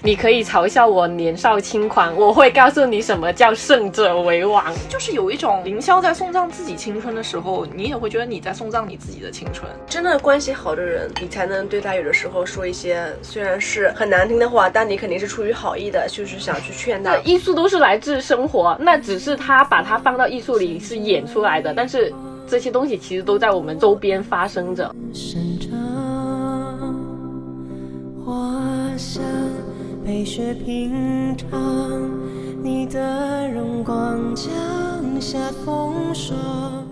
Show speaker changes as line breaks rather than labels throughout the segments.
你可以嘲笑我年少轻狂，我会告诉你什么叫胜者为王。
就是有一种凌霄在送葬自己青春的时候，你也会觉得你在送葬你自己的青春。
真的关系好的人，你才能对他有的时候说一些虽然是很难听的话，但你肯定是出于好意的，就是想去劝他
那。艺术都是来自生活，那只是他把它放到艺术里是演出来的，但是这些东西其实都在我们周边发生着。
生长，花香被雪平常，你的容光降下风霜。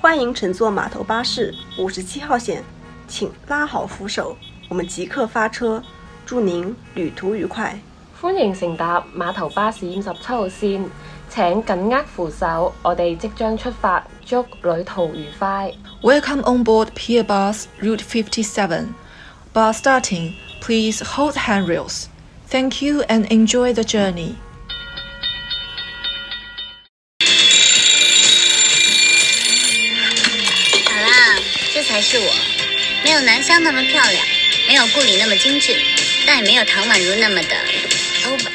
欢迎乘坐码头巴士五十七号线，请拉好扶手，我们即刻发车，祝您旅途愉快。
欢迎乘搭码头巴士五十七号线，请紧握扶手，我哋即将出发，祝旅途愉快。
Welcome on board Pier Bus Route 57. Bus starting, please hold handrails. Thank you and enjoy the journey.
好啦，啊这才是我，没有南湘那么漂亮，没有顾里那么精致，但也没有唐宛如那么的 over。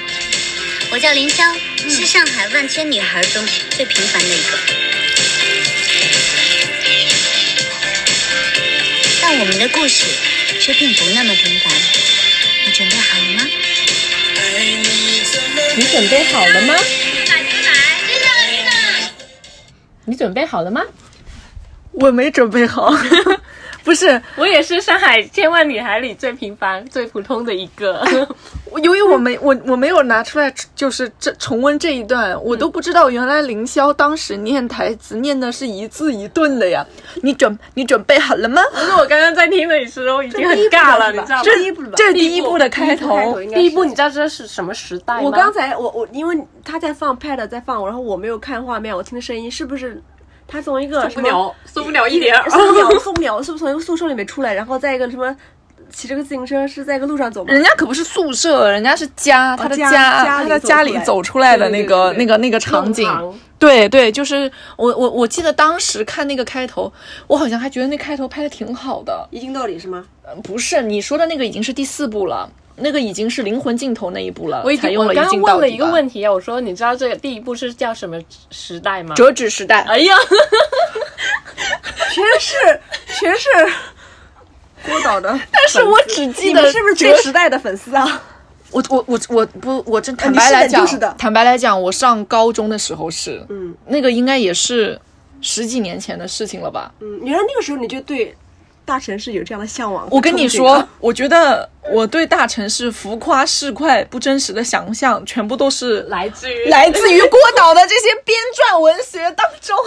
我叫凌霄，是上海万千女孩中最平凡的一个。但我们的故事却并不那么平凡，你准备好了吗？
你准备好了吗？
百分百，真的真的。
你准备好了吗？
我没准 备好，不是，
我也是上海千万女孩里最平凡、最普通的一 个。
由于我没我我没有拿出来，就是这重温这一段，我都不知道原来凌霄当时念台词念的是一字一顿的呀。你准你准备好了吗？
可是我刚刚在听的时候已经很尬了，你知道吗？
这第一步吧，
这是第一部的开
头
头。
应该是
第一步，你知道这是什么时代吗？
我刚才我我因为他在放 pad 在放，然后我没有看画面，我听声音是不是他从一个
受
什
不
么
了，受不了一点儿。
送鸟送鸟是不是从一个宿舍里面出来，然后在一个什么骑着个自行车是在一个路上走吗？
人家可不是宿舍，人家是家，他的
哦
家家
他
里
的
走
家
出
里
来
走出来的那个
对对对对
那个那个场景。对对，就是我我我记得当时看那个开头，我好像还觉得那开头拍的挺好的。
一镜到底是吗？
不是你说的那个已经是第四部了，那个已经是灵魂镜头那一部了，
我已
才
经
用
我
了一
刚
镜
刚
到
问了
底
一个
吧。
问题啊，我说你知道这个第一步是叫什么时代吗？
折纸时代，
哎呀，
全是全是 郭导的，
但是我只记
你
得
们是不是这个时代的粉丝啊？呃
我我我我不我真坦
你
白
是
来
的就
讲，
是的
坦白来讲，我上高中的时候是，
嗯，
那个应该也是十几年前的事情了吧？
嗯，原来那个时候你就对大城市有这样的向往。
我跟你
憧憬
说
啊，，
我觉得我对大城市浮夸、市侩、不真实的想象，全部都是
来自于
来自于郭导的这些编撰文学当中。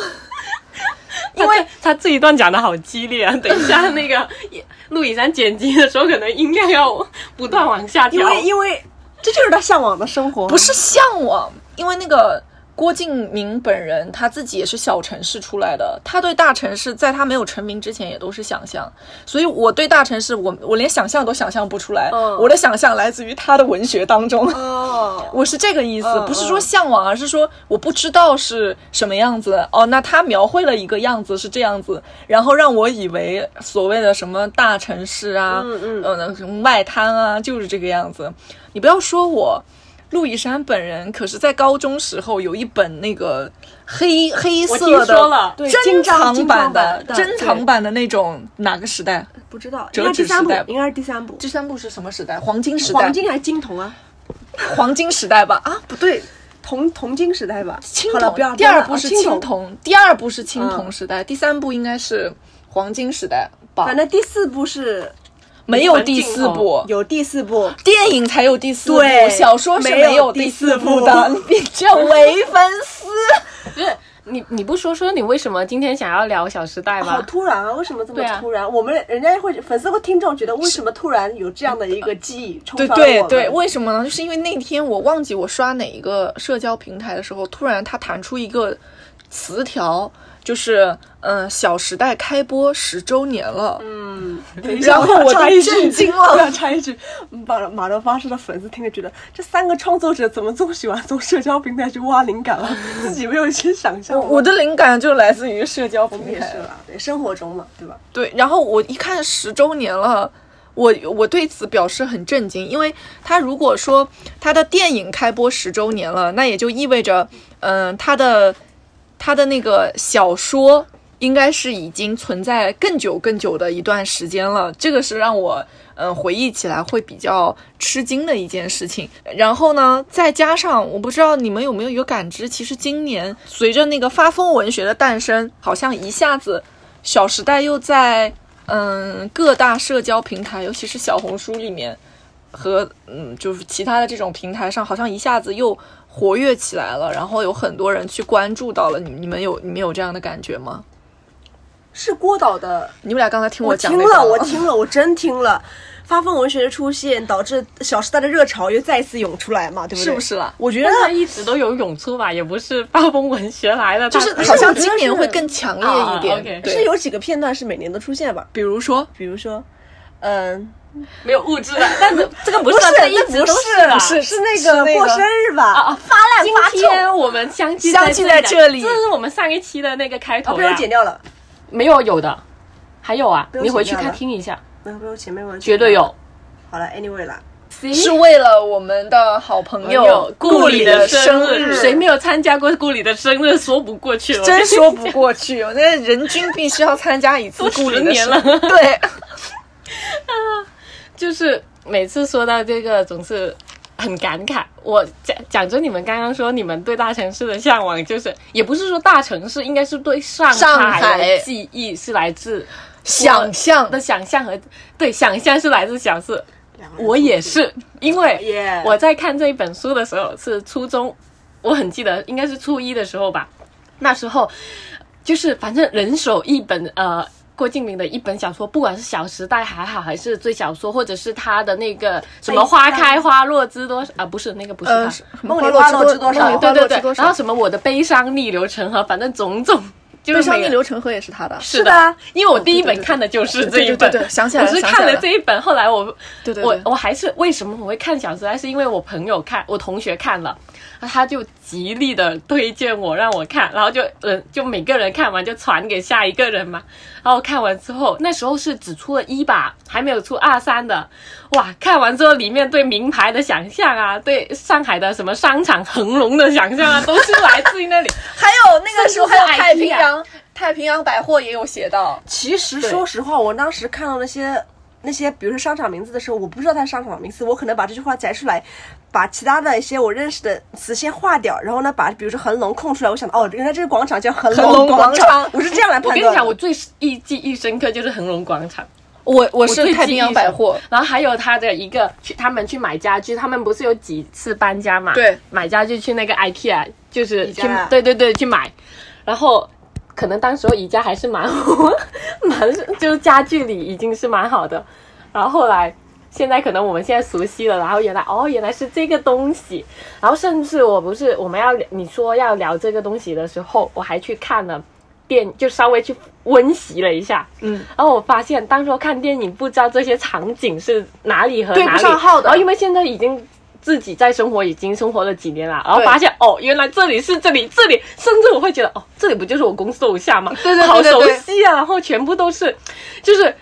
因为他这一段讲的好激烈啊！等一下那个 陆以山剪辑的时候，可能音量要不断往下
因
调。
为因为这就是他向往的生活，
不是向往，因为那个郭敬明本人他自己也是小城市出来的，他对大城市在他没有成名之前也都是想象，所以我对大城市我我连想象都想象不出来，
嗯
我的想象来自于他的文学当中。
哦，
我是这个意思，
嗯
不是说向往，而是说我不知道是什么样子哦。那他描绘了一个样子是这样子，然后让我以为所谓的什么大城市啊，
嗯嗯
呃，什么外滩啊，就是这个样子。你不要说我，陆以山本人可是在高中时候有一本那个黑黑色
听说
的
了
对
珍
精装
藏
精
版
装
的
版的
珍藏版的那种哪个时代？
不知道，
折
应该
纸
第三
时
部
代，
应该是第三部，
第三部是什么时代？黄金时代，
黄金还是金铜啊？
黄金时代吧？啊，
不对，铜铜金时代吧？
青
好了，不要
铜，第二
不
部
要
是哦
啊
青
青
铜，嗯第二部是青铜时代，第三部应该是黄金时代吧？
反正第四部是
没有第四部，
有第四部，
电影才有第四部
对，
小说是
没
有
有
第
第
四
四
部
部
的，你这伪粉丝。
不是你，你不说说你为什么今天想要聊《小时代》
好
吗？
突然啊！为什么这么
对啊
突然？我们人家会粉丝和听众觉得为什么突然有这样的一个记忆冲
对
刷
对
了我
对，
们
为什么呢？就是因为那天我忘记我刷哪一个社交平台的时候，突然它弹出一个词条，就是嗯、呃小时代》开播十周年了，
然后
我
太
就
震惊
了
我要插一句，马马德巴士的粉丝听了觉得这三个创作者怎么这么喜欢从社交平台去挖灵感啊？自己没有一些想象吗。
我的灵感就来自于社交平
也
台
是。啦，对生活中嘛，对吧？
对，然后我一看十周年了，我我对此表示很震惊，因为他如果说他的电影开播十周年了，那也就意味着，嗯、他的他的那个小说应该是已经存在更久更久的一段时间了，这个是让我。嗯，回忆起来会比较吃惊的一件事情。然后呢，再加上我不知道你们有没有有感知，其实今年随着那个发疯文学的诞生，好像一下子《小时代》又在嗯各大社交平台，尤其是小红书里面和嗯就是其他的这种平台上，好像一下子又活跃起来了，然后有很多人去关注到了你，你们有你们有这样的感觉吗？
是郭导的，
你们俩刚才听
我
讲
听
那
了，
个
我听了，我真听了。发疯文学的出现，导致《小时代》的热潮又再次涌出来嘛，对不对？
是不是啦？
我觉得
但它一直都有涌出吧，也不是暴风文学来了，
就是
它
好像
我觉得
今年
是
会更强烈一
啊
点，
，OK
对，
是有几个片段是每年都出现吧，
比如说
比如说，嗯，
没有物质了， 但是这个不
不
是，啊它一
那
直
不
都
是
啦。
是是那个过生日吧？
啊，发烂发今天我们相聚
相聚在这里
这哦是我们上一期的那个开
啊，
头
被
呀
我剪掉了，
没有有的，还有啊，
不用
你回去
剪掉
看
了
听一下，
没嗯有被我前面我剪
绝对
掉
有
了。。好了，anyway 啦，
是为了我们的好朋友
嗯顾
里
里的
生
日，谁没有参加过顾里的生日说不过去了。
真说不过去，我那人均必须要参加一次
都
顾里
十
的
年
生
了
日对。
就是每次说到这个，总是很感慨。我讲讲着你们刚刚说你们对大城市的向往，就是也不是说大城市，应该是对上
上
海
海
的记忆是来自
想象
我的想象和对想象是来自小四。我也是，因为
哦
Yeah
我在看这一本书的时候是初中，我很记得应该是初一的时候吧。那时候就是反正人手一本呃郭敬明的一本小说，不管是《小时代》还好，还是《追小说》，或者是他的那个什么“花开花落知多少”啊，不是那个不是他。
呃，
梦里花落知多少
梦里
对
花
对
落知
对
多，
然
少
后？什么我的悲伤逆流成河，反正种种，就是
悲伤
每
逆
个
流成河也是他的，啊哦
是的，因为我第一本看的就是这一
对对
本，
对对对想起来了
我是
想起
看
来
了
了
这一本，后来我
对对
我
对
我还是为什么我会看《小时代》，是因为我朋友看，我同学看了，他就极力的推荐我让我看，然后就嗯，就每个人看完就传给下一个人嘛。然后看完之后，那时候是只出了一吧，还没有出二三的。哇，看完之后里面对名牌的想象啊，对上海的什么商场恒隆的想象啊，都是来自于那 里。
还有那个时候还有
甚至是
太平
IKEA
洋太平洋百货也有写到，
其实说实话，我当时看到那些那些，比如说商场名字的时候，我不知道它是商场名字，我可能把这句话摘出来，把其他的一些我认识的词先划掉，然后呢，把比如说恒隆空出来，我想到哦，原来这个广场叫恒
恒隆
广
广场
我是这样来
我
判
跟
断
你
的。
讲，我最一记忆深刻就是恒隆广场。
我我
我
是
最
太平洋百货
记忆，深，然后还有他的一个去他们去买家具，他们不是有几次搬家嘛？
对，
买家具去那个 IKEA，就是去
宜家
对对对去买，然后可能当时候宜家还是蛮 蛮就是家具里已经是蛮好的，然后后来。现在可能我们现在熟悉了，然后原来哦原来是这个东西，然后甚至我不是我们要你说要聊这个东西的时候，我还去看了电，就稍微去温习了一下，
嗯
然后我发现，当时候看电影不知道这些场景是哪里和哪里，哦
对不上号的
然后因为现在已经自己在生活，已经生活了几年了，然后发现哦，原来这里是这里，这里，甚至我会觉得哦，这里不就是我公司楼下吗？
对对对
好
对
熟
对
悉啊！然后全部都是，就是。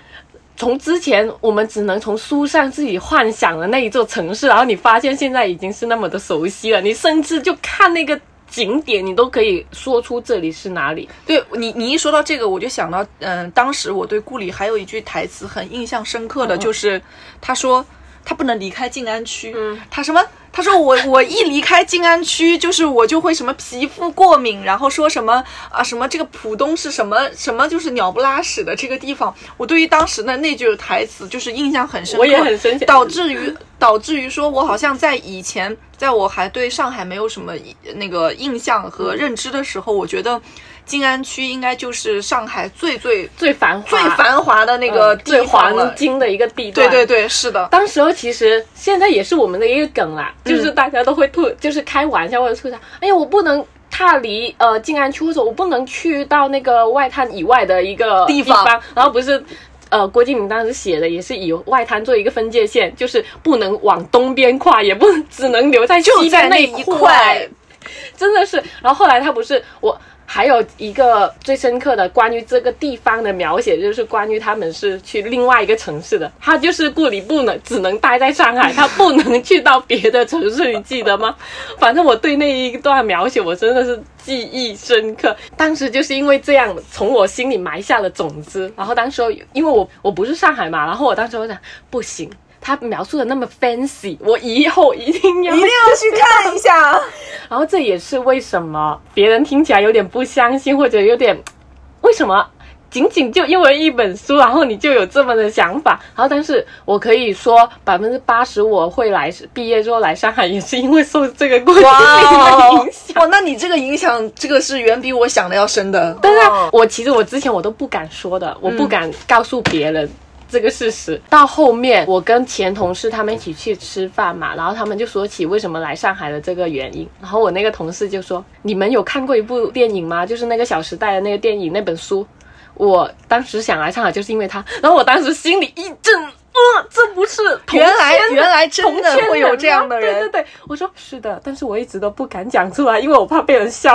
从之前我们只能从书上自己幻想的那一座城市，然后你发现现在已经是那么的熟悉了，你甚至就看那个景点，你都可以说出这里是哪里。
对你，你一说到这个，我就想到，嗯，当时我对顾里还有一句台词很印象深刻的，就是他说他不能离开静安区，他什么？他说我我一离开静安区，就是我就会什么皮肤过敏，然后说什么啊什么这个浦东是什么什么就是鸟不拉屎的这个地方。我对于当时的那句台词就是印象很深刻，
我也很深刻
导致于导致于说我好像在以前，在我还对上海没有什么呃那个印象和认知的时候，我觉得静安区应该就是上海最最
最繁华、
最繁华的那
那
嗯
个
最
地方了
黄金的一个地段。
对对对，是的，
当时候其实
嗯
现在也是我们的一个梗啦，就是大家都会吐，就是开玩笑或者吐槽，哎呀，我不能。踏离呃静安区，或者我不能去到那个外滩以外的一个
地方
然后不是。呃，郭敬明当时写的也是以外滩做一个分界线，就是不能往东边跨，也不只能留在西
就在
边
那
一
一
块
块，
真的是。然后后来他不是我还有一个最深刻的关于这个地方的描写，就是关于他们是去另外一个城市的，他就是故里不能只能待在上海，他不能去到别的城市，你记得吗？ 反正我对那一段描写我真的是记忆深刻，当时就是因为这样从我心里埋下了种子，然后当时候因为我我不是上海嘛，然后我当时我想不行。他描述的那么 fancy，我以后一定要
一定要去看一下。
然后这也是为什么别人听起来有点不相信，或者有点嗯为什么仅仅就因为一本书，然后你就有这么的想法。然后，但是我可以说百分之八十我会来毕业之后来上海，也是因为受这个过程的 影响。
哦，那你这个影响，这个是远比我想的要深的。
但是我其实我之前我都不敢说
嗯
的，我不敢告诉别人。这个事实到后面，我跟前同事他们一起去吃饭嘛，然后他们就说起为什么来上海的这个原因。然后我那个同事就说：“你们有看过一部电影吗？就是那个《小时代》的那个电影那本书。”我当时想来上海就是因为他，然后我当时心里一阵，呃，这不是同
原来
圈的
原来真的
同圈
会有这样的
吗对
人，
对对，我说是的，但是我一直都不敢讲出来，因为我怕被人 笑。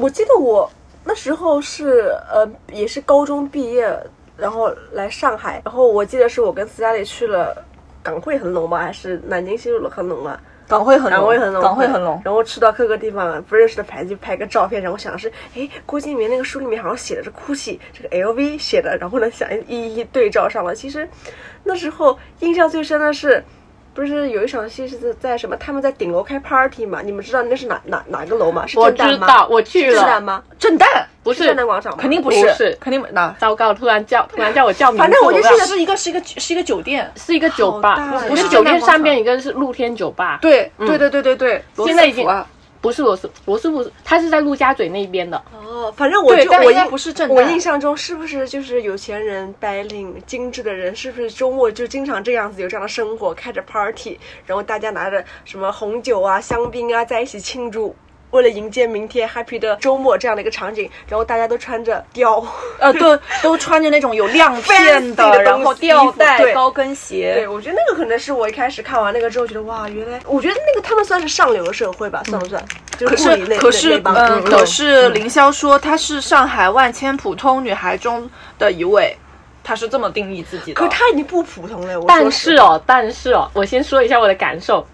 我记得我那时候是呃，也是高中毕业，然后来上海，然后我记得是我跟斯嘉丽去了港汇恒隆吧，还是南京西路恒隆啊？
港汇很
港汇恒隆，
港汇很隆。
然后吃到各个地方啊不认识的牌子就拍个照片，然后想的是，哎，郭敬明那个书里面好像写的是 GUCCI，这个 LV 写的，然后呢想一一对照上了。其实那时候印象最深的是。不是有一场戏是在在什么？他们在顶楼开 party 嘛？你们知道那是哪哪哪个楼吗？是
我
震旦
知
吗？
道，我去
是震旦
了，
吗？
震旦
不
是
是
震旦广场吗？
肯定不
不
是
是，
肯定那
糟糕，突然叫突然叫我叫名字，
反正我就
不知
是
道
是一个是一个是一个酒店。
是一个酒
好
吧
大，呀
不是酒店上边一个是露天酒吧，，
对
嗯
对对对对对，罗
现在
斯
已经
福啊，
不是罗斯，罗斯福，它是在陆家嘴那边的，
哦，反正我
对
就
但
我
应该
印
不是正
我
大
印象中是不是就是有钱人白领精致的人，是不是周末就经常这样子有这样的生活，开着 party，然后大家拿着什么红酒啊、香槟啊在一起庆祝。为了迎接明天 happy 的周末这样的一个场景，然后大家都穿着 貂，
呃，对，都穿着那种有亮片
Fancy 的东西
然后吊
衣服
带、
对
高跟
对
鞋。
我觉得那个可能是我一开始看完那个之后觉得哇，原来我觉得那个他们算是上流社会吧，算不算？就
嗯可
是顾里那
是可
那
是
那帮
嗯，可是凌霄说她是上海万千普通女孩中的一位，她是这么定义自己的。哦
可他已经不普通了。我
但
说
是
实话
哦，但是哦，我先说一下我的感受。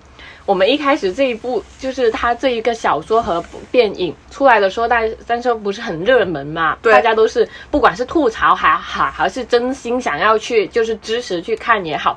我们一开始这一部就是它这一个小说和电影出来的时候，但但是不是很热门嘛？
对
大家都是不管是吐槽还还还是真心想要去就是支持去看也好，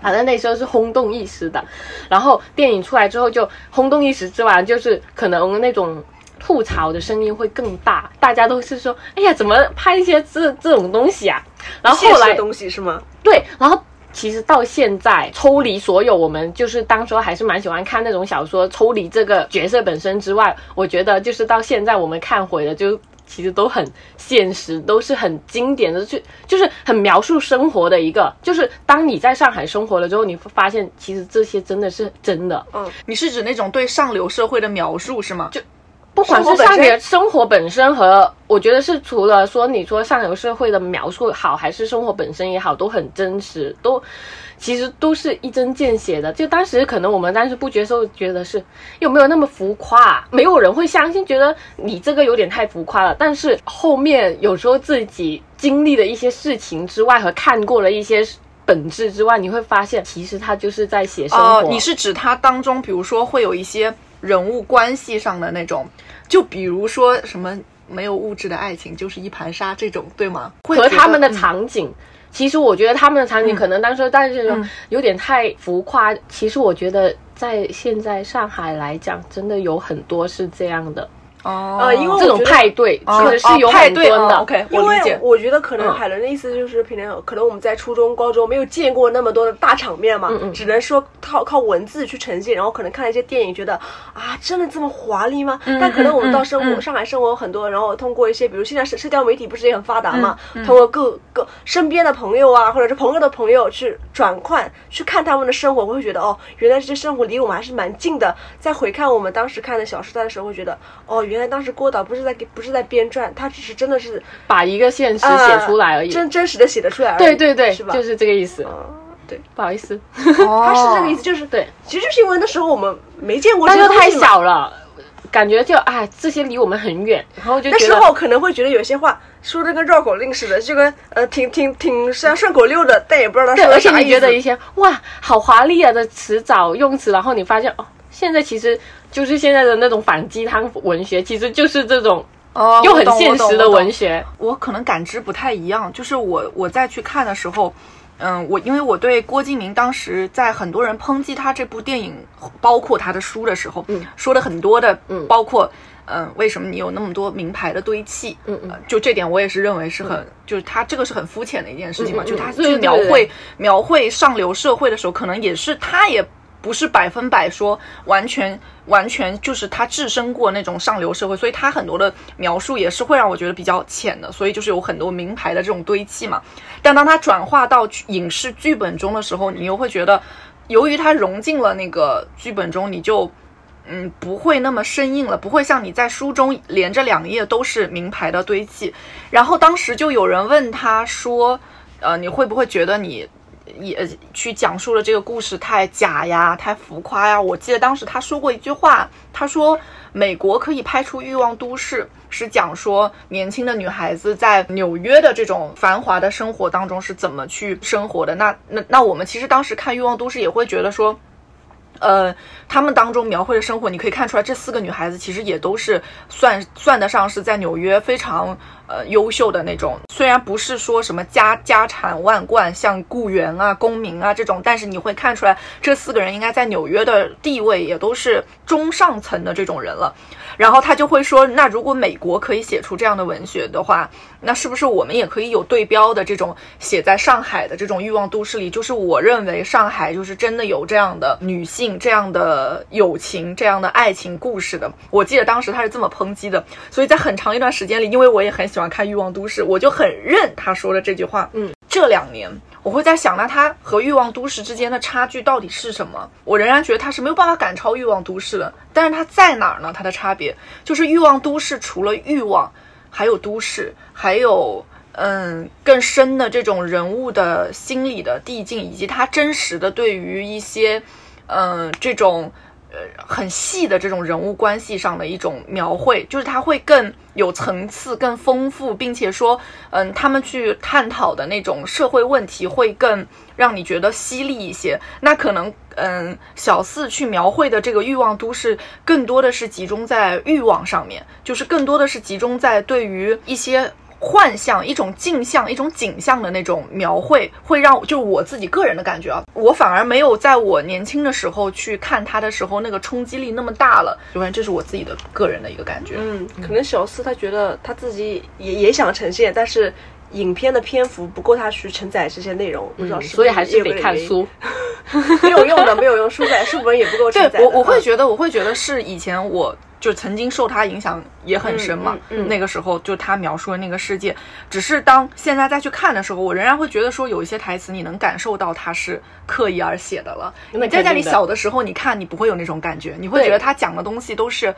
反正那时候是轰动一时的。然后电影出来之后就轰动一时之完，就是可能那种吐槽的声音会更大，大家都是说，哎呀，怎么拍一些这这种东西啊？然后
现
后
实的
来
东西是吗？
对，然后其实到现在，抽离所有我们就是当时候还是蛮喜欢看那种小说，抽离这个角色本身之外，我觉得就是到现在我们看回的就。其实都很现实，都是很经典的，就就是很描述生活的一个。就是当你在上海生活了之后，你会发现其实这些真的是真的，
你是指那种对上流社会的描述是吗？就
不管是
生活本
上
身
流生活本身和我觉得是除了说你说上流社会的描述好，还是生活本身也好，都很真实，都其实都是一针见血的。就当时可能我们当时不觉受，觉得是有没有那么浮夸，没有人会相信，觉得你这个有点太浮夸了。但是后面有时候自己经历了一些事情之外，和看过了一些本质之外，你会发现其实他就是在写生活。
哦，你是指它当中，比如说会有一些人物关系上的那种，就比如说什么没有物质的爱情就是一盘沙这种，对吗？会
和
觉
他
得
们的
嗯
场景。其实我觉得他们的场景
嗯
可能当时，但是有点太浮夸。其实我觉得在现在上海来讲，真的有很多是这样的，
哦，
呃，因为我
这种
觉得
派对
哦
确实是有
哦派
很多
对
的。
哦 OK，
因
我理
为
解。
我觉得可能
嗯
海伦的意思就是，平常可能我们在初中、高中没有见过那么多的大场面嘛，
嗯嗯
只能说靠靠文字去呈现，然后可能看了一些电影，觉得啊，真的这么华丽吗？
嗯
但可能我们到生活、上海生活有很多，然后通过一些，比如现在社社交媒体不是也很发达嘛，
嗯
通过各各身边的朋友啊，或者是朋友的朋友去转换去看他们的生活，我会觉得哦，原来这生活离我们还是蛮近的。再回看我们当时看的《小时代》的时候，会觉得哦，原原来当时郭导不是在给不是在编撰，他只是真的是
把一个现实写出来而已。
呃真真实的写得出来而已，
对对对，
是吧？
就是这个意思。
对，
不好意思，
他是这个意思，就是
对，
其实就是因为那时候我们没见过
但
这
是
个东
太
西嘛，
小了，感觉就哎，这些离我们很远，然后就
那
觉
时
得
候可能会觉得有些话说的跟绕口令似的，就跟呃挺挺挺像顺口溜的，但也不知道他
对，
说
而
的
且
啥
你
意
觉
思
得。一些哇，好华丽啊的词藻用词，然后你发现哦，现在其实就是现在的那种反鸡汤文学，其实就是这种
哦
又很现实的文学。
我可能感知不太一样，就是我我再去看的时候，嗯，我因为我对郭敬明当时在很多人抨击他这部电影，包括他的书的时候，嗯、说的很多的，
嗯
包括嗯、呃为什么你有那么多名牌的堆砌，
嗯嗯
呃就这点我也是认为是很，就是他这个是很肤浅的一件事情嘛，
嗯嗯
就他
嗯对
去
对
描
对
绘描绘上流社会的时候，可能也是他也不是百分百说完全完全就是他置身过那种上流社会，所以他很多的描述也是会让我觉得比较浅的，所以就是有很多名牌的这种堆砌嘛。但当他转化到剧影视剧本中的时候，你又会觉得，由于他融进了那个剧本中，你就。嗯，不会那么生硬了，不会像你在书中连着两页都是名牌的堆砌。然后当时就有人问他说：“呃，你会不会觉得你也去讲述了这个故事太假呀，太浮夸呀？”我记得当时他说过一句话，他说：“美国可以拍出《欲望都市》，是讲说年轻的女孩子在纽约的这种繁华的生活当中是怎么去生活的。那”那那我们其实当时看《欲望都市》也会觉得说。呃，他们当中描绘的生活，你可以看出来，这四个女孩子其实也都是算算得上是在纽约非常呃优秀的那种。虽然不是说什么家家产万贯，像雇员啊、公民啊这种，但是你会看出来，这四个人应该在纽约的地位也都是中上层的这种人了。然后他就会说，那如果美国可以写出这样的文学的话，那是不是我们也可以有对标的这种写在上海的这种欲望都市里？就是我认为上海就是真的有这样的女性、这样的友情、这样的爱情故事的。我记得当时他是这么抨击的，所以在很长一段时间里，因为我也很喜欢看《欲望都市》，我就很认他说的这句话。嗯，这两年我会在想，那他和《欲望都市》之间的差距到底是什么？我仍然觉得他是没有办法赶超《欲望都市》的，但是他在哪儿呢？他的差别就是《欲望都市》除了欲望，还有都市，还有嗯更深的这种人物的心理的递进，以及他真实的对于一些嗯这种呃很细的这种人物关系上的一种描绘，就是他会更有层次、更丰富，并且说嗯他们去探讨的那种社会问题会更让你觉得犀利一些。那可能嗯小四去描绘的这个欲望都市，更多的是集中在欲望上面，就是更多的是集中在对于一些。幻象，一种镜像，一种景象的那种描绘，会让就是我自己个人的感觉啊，我反而没有在我年轻的时候去看它的时候那个冲击力那么大了。就反正这是我自己的个人的一个感觉。
嗯，可能小四他觉得他自己也也想呈现，但是影片的篇幅不够他去承载这些内容，不知道
嗯
是不
所以还是
有
得
没有
看
原因，
书。
没有用的，没有用，书载书本也不够承
对
载的。
我我会
嗯
觉得，我会觉得是以前我就曾经受他影响也很深嘛。
嗯嗯嗯
那个时候就他描述的那个世界，只是当现在再去看的时候，我仍然会觉得说有一些台词你能感受到他是刻意而写的了。
那
你在家
肯
里
定的
小的时候，你看你不会有那种感觉，你会
对
觉得他讲的东西都是。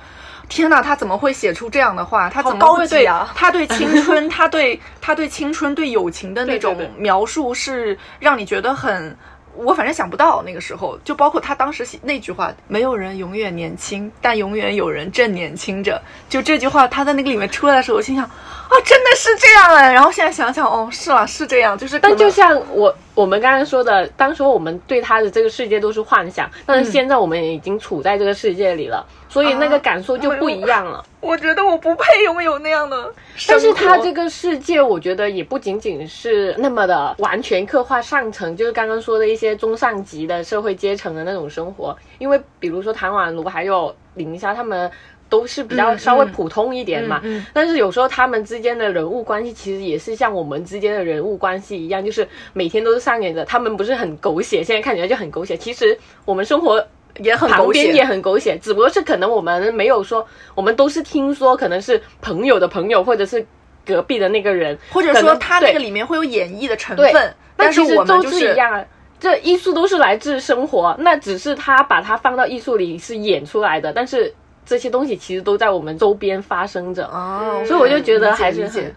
天呐，他怎么会写出这样的话？他怎么
高
会
级
对、
啊
他对青春，他对他对青春、对友情的那
对对
种
对
描述，是让你觉得很我反正想不到那个时候，就包括他当时写那句话“没有人永远年轻，但永远有人正年轻着”，就这句话，他在那个里面出来的时候，我心想啊，真的是这样哎。然后现在想想，哦，是啦，是这样，啊就是可
但
能
就像我我们刚刚说的，当时我们对他的这个世界都是幻想，但是现在我们已经处在这个世界里了，所以那个感受就不一样了。
我觉得我不配拥有那样的生
但
活，
是它这个世界，我觉得也不仅仅是那么的完全刻画上层，就是刚刚说的一些中上级的社会阶层的那种生活。因为比如说唐宛如还有林霄他们。都是比
嗯
较稍微普通一点嘛，但是有时候他们之间的人物关系其实也是像我们之间的人物关系一样，就是每天都是上演着他们不是很狗血，现在看起来就很狗血，其实我们生活
也很
旁
狗
边
血，
也很狗血，只不过是可能我们没有说，我们都是听说，可能是朋友的朋友，或者是隔壁的那个人，
或者
可
说
能
他那个
对
里面会有演绎的成
对
分，但
但
是
其实
我们
都
就是
一样啊。这艺术都是来自生活，那只是他把它放到艺术里是演出来的，但是这些东西其实都在我们周边发生着，
啊
哦
所以我就觉得还是
理解理解
很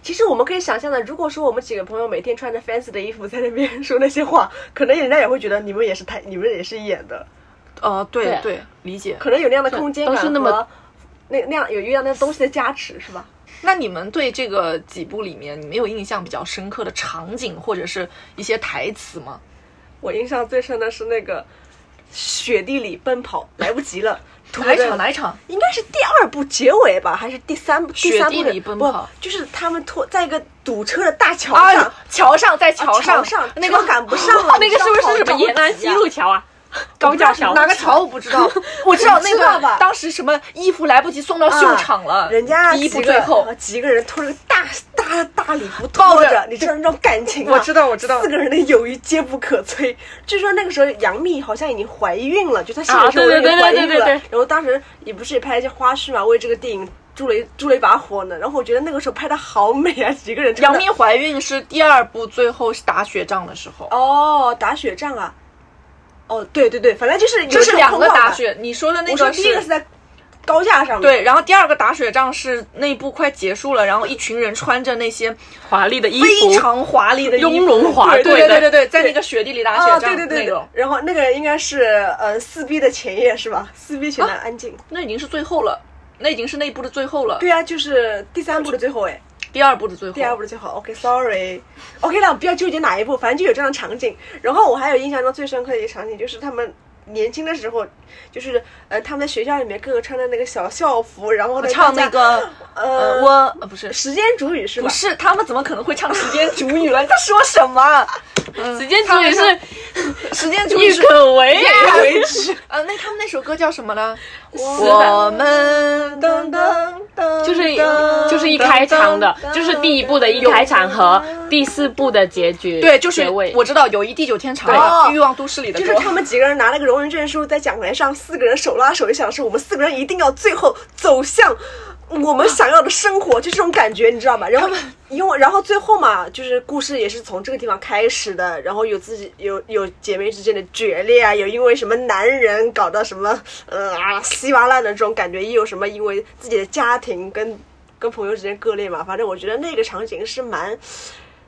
其实我们可以想象的，如果说我们几个朋友每天穿着 fancy 的衣服在那边说那些话，可能人家也会觉得你们也是太，你们也是演的，
呃，对
对
对，理解。
可能有那样的空间感
都是那么
和那那样有一样的东西的加持，是吧？
那你们对这个几部里面，你们有印象比较深刻的场景或者是一些台词吗？
我印象最深的是那个雪地里奔跑，来不及了。涂
哪一
着
场？哪一场？
应该是第二部结尾吧，还是第三部？
雪
第三部的
地里奔跑
不就是他们拖在一个堵车的大桥
啊
上，，
桥上，在桥上，
桥上
那个
车赶不上了
那个是不是什么延安西路 桥啊？高架桥？
哪个桥我不知道，我知道那
知道
个
吧
当时什么衣服来不及送到
啊
秀场了，
人家
第一
几
部
个
最后
呃几个人拖着个大大大礼服
抱
拖
着
着，你知道那种感情、啊？
我知道我知道
四个人的友谊皆不可摧。据说那个时候杨幂好像已经怀孕了，就她
啊
小时候已
对对
经
对
怀孕
对
了。
对对对
然后当时也不是也拍了一些花絮嘛，为这个电影助了一助了一把火呢。然后我觉得那个时候拍的好美啊，几个人穿
杨
得
幂怀孕是第二部最后是打雪仗的时候，
哦打雪仗啊，哦对对对，反正就是有
这是
种
两
空
个
旷
打
感。
雪，你说的那
我说
个
第一个是在高架上面，
对，然后第二个打雪仗是那一部快结束了，然后一群人穿着那些
华丽的衣
非
服，
常华丽的衣服
雍容华
对
贵
对对
的
对对，啊在那个雪地里打雪仗，
哦，对对对
那
对
种，
然后那个应该是呃四 B 的前夜是吧？四 B 前的安静。
那已经是最后了，那已经是那一部的最后了，
对啊，就是第三部的最后哎，
第二部的最后，
第二部的最后。OK，sorry，OK，、OK，那我不要纠结哪一部，反正就有这样的场景。然后我还有印象中最深刻的一个场景就是他们。年轻的时候，就是呃，他们在学校里面各个穿的那个小校服，然后呢
唱
大
那
家
个
呃
呃，我呃不是
时间煮雨是吧
不？是，他们怎么可能会唱时间煮雨 了？你在说什么？
时间主也是
时间煮雨
郁
是
可唯呀。
为止，
呃，那他们那首歌叫什么呢？
我
们
噔噔噔，
就是就是一开场的，就是第一部的一开场和第四部的结局，
对，就是
结尾。
我知道友谊地久天长
哦
了，《欲望都市》里的歌，
就是他们几个人拿了个荣誉证书，在讲台上四个人手拉手，一想是我们四个人一定要最后走向我们想要的生活，就这种感觉，你知 道吗？然后因为然后最后嘛，就是故事也是从这个地方开始的，然后有自己有有姐妹之间的决裂啊，有因为什么男人搞到什么呃啊稀巴烂的这种感觉，也有什么因为自己的家庭跟跟朋友之间割裂嘛。反正我觉得那个场景是蛮。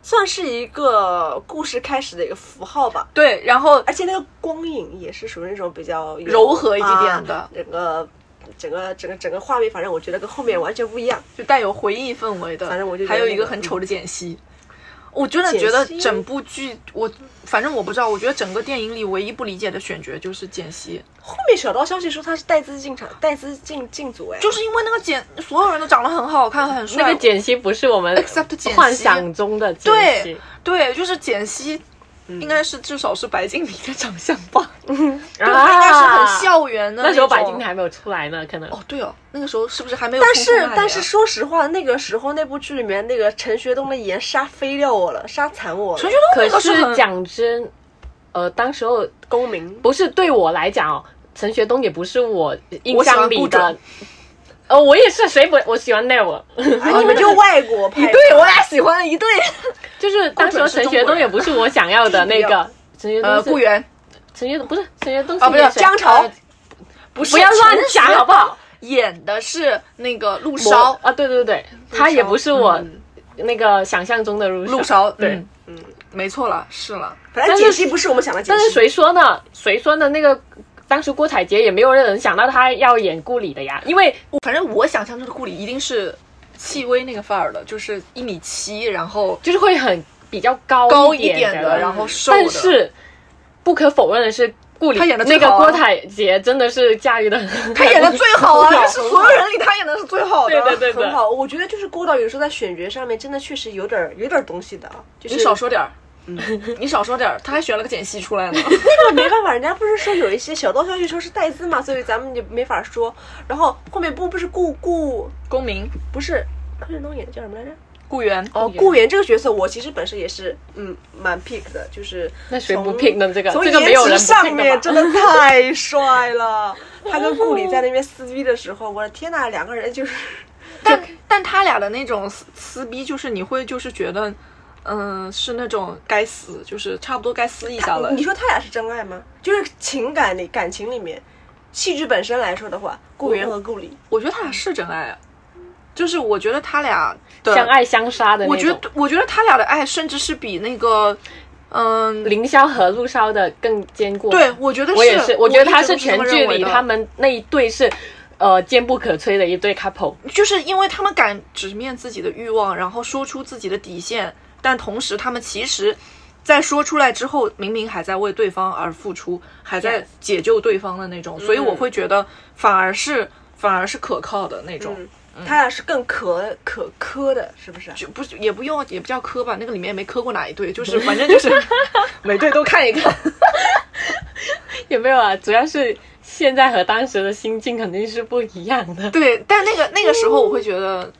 算是一个故事开始的一个符号吧，
对，然后
而且那个光影也是属于那种比较有
柔和一点的
啊整个整个整个整个画面，反正我觉得跟后面完全不一样。
就带有回忆氛围的。
反正我就觉得
还有
那
一个
个
很丑的简溪，我真的
简
觉得
溪
整部剧，我反正我不知道，我觉得整个电影里唯一不理解的选角就是简溪，
后面小道消息说他是带资进场，带资进进组哎，
就是因为那个简，所有人都长得很好看，很帅。
那个简溪不是我们
Except 简溪
幻想中的简
对
溪，
对，就是简溪，应该是至少是白敬亭的长相吧，
然
应该是很校园的
啊那时候白
种
敬亭还没有出来呢，可能
哦，对哦，那个时候是不是还没有
但
冲锋
是
那里啊？
但是说实话，那个时候那部剧里面那个陈学冬的颜杀飞掉我了，杀残我了。
陈学冬
可
那个是
是
很
讲真，呃，当时候
公 民
不是对我来讲哦，陈学冬也不是我印
我喜欢
象里
顾
的
准。
呃，我也是，谁不我喜欢 Never，
啊，你们就外国派的，
哎对我俩喜欢的一对，
就是当时候陈学冬也不是我想要 的那个陈学冬
呃，
是
顾源
陈学冬不是陈学冬
啊，不是
演谁呃
江潮，不是
不要乱讲好不好？
演的是那个陆
我
骁，
啊，对对对，他也不是我
嗯
那个想象中的陆
陆
少，
骁，
对
嗯嗯，没错了，是了，
反正
但是
解析不是我们想的解
但是
析。
谁说呢？谁说的那个？当时郭采洁也没有人想到她要演顾里的呀，因为
反正我想象中的顾里一定是戚薇那个范儿的，就是一米七，然后
就是会很比较高
高
一
一点
的，
的，然后瘦的，
但是不可否认的是，顾里
她演得
那
最
个
好啊
郭采洁真的是驾驭的，
她演的最好啊，就是所有人里她演的是最好的，
对对对对
很，好，我觉得就是郭导有时候在选角上面真的确实有点儿有点儿东西的啊，就是
你少说点儿。嗯你少说点儿，她还选了个简溪出来呢。
没办法，人家不是说有一些小道消息说是带资嘛，所以咱们就没法说。然后后面不不是顾顾
公民
不是柯震东演的叫什么来着？
顾源
哦，顾源这个角色，我其实本身也是嗯蛮 pick 的，就是
那谁
从
不 pick 呢这个
从
这个没有人
颜值
不 pick
上
的
面
吧
真的太帅 了，他跟顾里在那边撕逼的时候，我的天呐，两个人就是
但但他俩的那种撕撕逼，就是你会就是觉得，嗯、是那种该撕，就是差不多该撕一下了
你。说他俩是真爱吗？就是情感里感情里面。戏剧本身来说的话，顾源和顾
嗯
里，
我觉得他俩是真爱，啊就是我觉得他俩的
相爱相杀的那种。
我觉得，我觉得他俩的爱甚至是比那个，嗯，
凌霄和陆骁的更坚固。
对，我觉得
我也是，我
我
觉得他
一
是
直都这
全
么
剧
认为
里
的
他们那一对是，呃，坚不可摧的一对 couple。
就是因为他们敢直面自己的欲望，然后说出自己的底线，但同时他们其实，在说出来之后，明明还在为对方而付出，还在
Yes 嗯
解救对方的那种，所以我会觉得反而是反而是可靠的那种。
嗯，他俩是更可可磕的，是不是？ 啊
就不是也不用也不叫磕吧，那个里面也没磕过哪一对，就是反正就是 每对都看一看。
也没有啊，主要是现在和当时的心境肯定是不一样的。
对，但那个那个时候我会觉得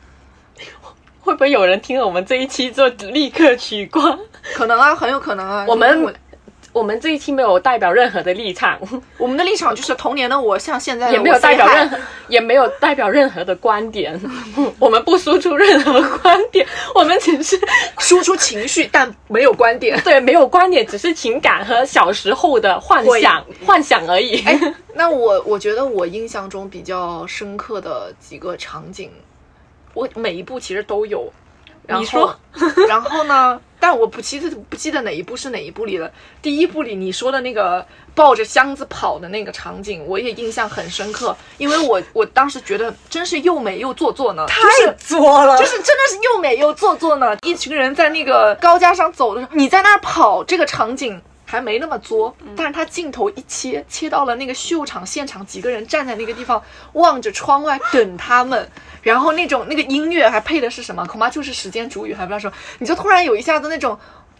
会不会有人听了我们这一期就立刻取关？
可能啊，很有可能啊。
我们
因为
我们这一期没有代表任何的立场，
我们的立场就是童年的我向现在的
也没有
我 say
代表
hi
任何， 也没有代表任何的观 点，我们不输出任何观点， 我们只是
输出情绪，但没有观点。
对没有观点，只是情感和小时候的幻想幻想而已。
哎， 那我我觉得我印象中比较深刻的几个场景，我每一部其实都有。然后
你说，
然后呢？但我不记得不记得哪一部是哪一部里了。第一部里你说的那个抱着箱子跑的那个场景，我也印象很深刻，因为我我当时觉得真是又美又做作呢，就是
作了
就是真的是又美又做作呢。一群人在那个高架上走的时候，你在那儿跑，这个场景还没那么作，但是他镜头一切，切到了那个秀场现场，几个人站在那个地方望着窗外等他们。然后那种那个音乐还配的是什么？恐怕就是时间煮雨，还不知道什么，你就突然有一下子那种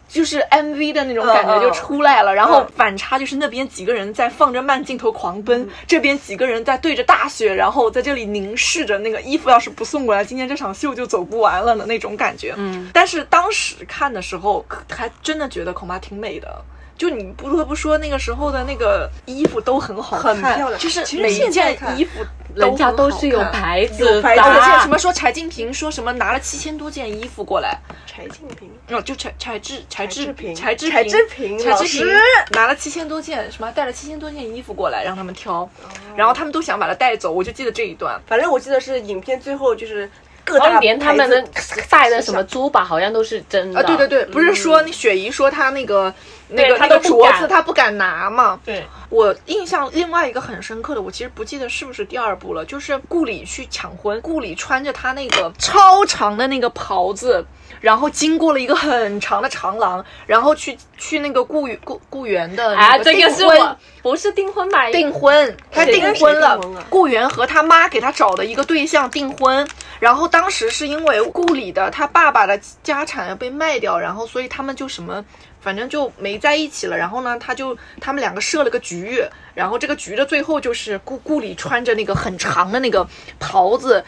就是 MV 的那种感觉就出来了，然后反差就是那边几个人在放着慢镜头狂奔，这边几个人在对着大雪，然后在这里凝视着那个衣服，要是不送过来，今天这场秀就走不完了的那种感觉。嗯，但是当时看的时候，可还真的觉得恐怕挺美的。就你不得不说，那个时候的那个衣服都很好看，
很漂亮
就是
其实
每一
现在
件
看
衣服
人家都
都
是有
很好看
牌子的，
牌
而
子
且什么说柴静平说什么拿了七千多件衣服过来，
柴静平，
嗯，就柴柴智柴
志
智
平
柴智
柴智
平
平
柴
老
智平
师
拿了七千多件什么带了七千多件衣服过来让他们
哦
挑，然后他们都想把它带走，我就记得这一段。
反正我记得是影片最后就是各
然
大
后哦连他们的
牌子
带的什么珠宝好像都是真的。
啊，对对对，不是说那雪姨说她那个那
嗯对
个
她
那个
都不敢
镯子她不敢拿嘛，
对，
我印象另外一个很深刻的，我其实不记得是不是第二部了，就是顾里去抢婚，顾里穿着她那个超长的那个袍子，然后经过了一个很长的长廊，然后去去那个顾顾顾源的
啊，
那
这个
订
是
婚
我不是订婚买
订婚，他
谁
订
跟
谁
婚了
订婚啊。
顾源和他妈给他找的一个对象订婚，然后当时是因为顾里的他爸爸的家产要被卖掉，然后所以他们就什么，反正就没在一起了。然后呢，他就他们两个设了个局，然后这个局的最后就是顾顾里穿着那个很长的那个袍子。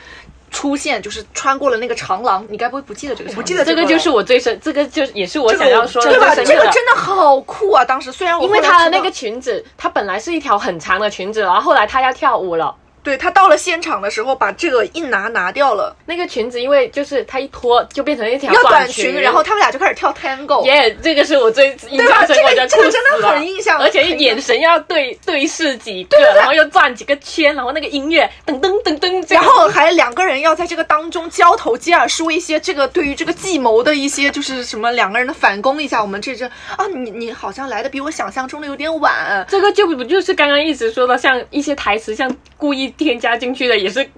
出现就是穿过了那个长廊，你该不会不记得这个场景？
不记得
这个就是我最深，这个就也是我想要说的
对吧？
最
这
深刻
个
的
真的好酷啊！当时虽然我
啊因为
后来
她的
知道
那个裙子，她本来是一条很长的裙子，然后后来她要跳舞了，
对他到了现场的时候，把这个一拿拿掉了，
那个裙子因为就是她一脱就变成一条
要短
裙，
裙，然后他们俩就开始跳 tango。
耶这个是我最印
对吧
象深
这
刻
个
的，
这个
哭死
真的
了
很印象
而且
很
眼神要对对视几个，然后又转几个圈，然后那个音乐噔噔噔噔，这样
然后还两个人要在这个当中交头接耳，说一些这个对于这个计谋的一些就是什么两个人的反攻一下。我们这这啊，你你好像来的比我想象中的有点晚，
这个就不就是刚刚一直说的，像一些台词，像故意添加进去的，也是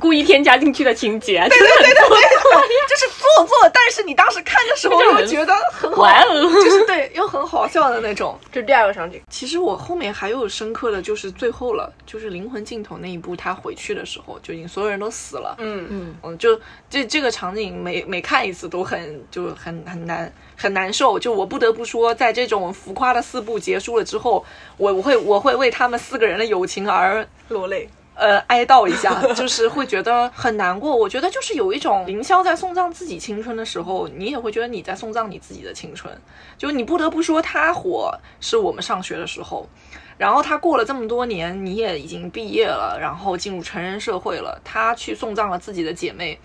故意添加进去的情节啊，就是很多
就是做作，但是你当时看的时候又觉得很好，
哇哦，
就是对又很好笑的那 种。
这是第二个场景，
其实我后面还有深刻的就是最后了，就是灵魂尽头那一步，他回去的时候就已经所有人都死了，
嗯嗯，
嗯，就这这个场景每每看一次都很就很很难很难受，就我不得不说，在这种浮夸的四部结束了之后，我我会我会为他们四个人的友情而
落泪。
呃哀悼一下， 就是会觉得很难过。我觉得就是有一种凌霄在送葬自己青春的时候，你也会觉得你在送葬你自己的青春。就你不得不说，他火是我们上学的时候，然后他过了这么多年，你也已经毕业了，然后进入成人社会了，他去送葬了自己的姐妹。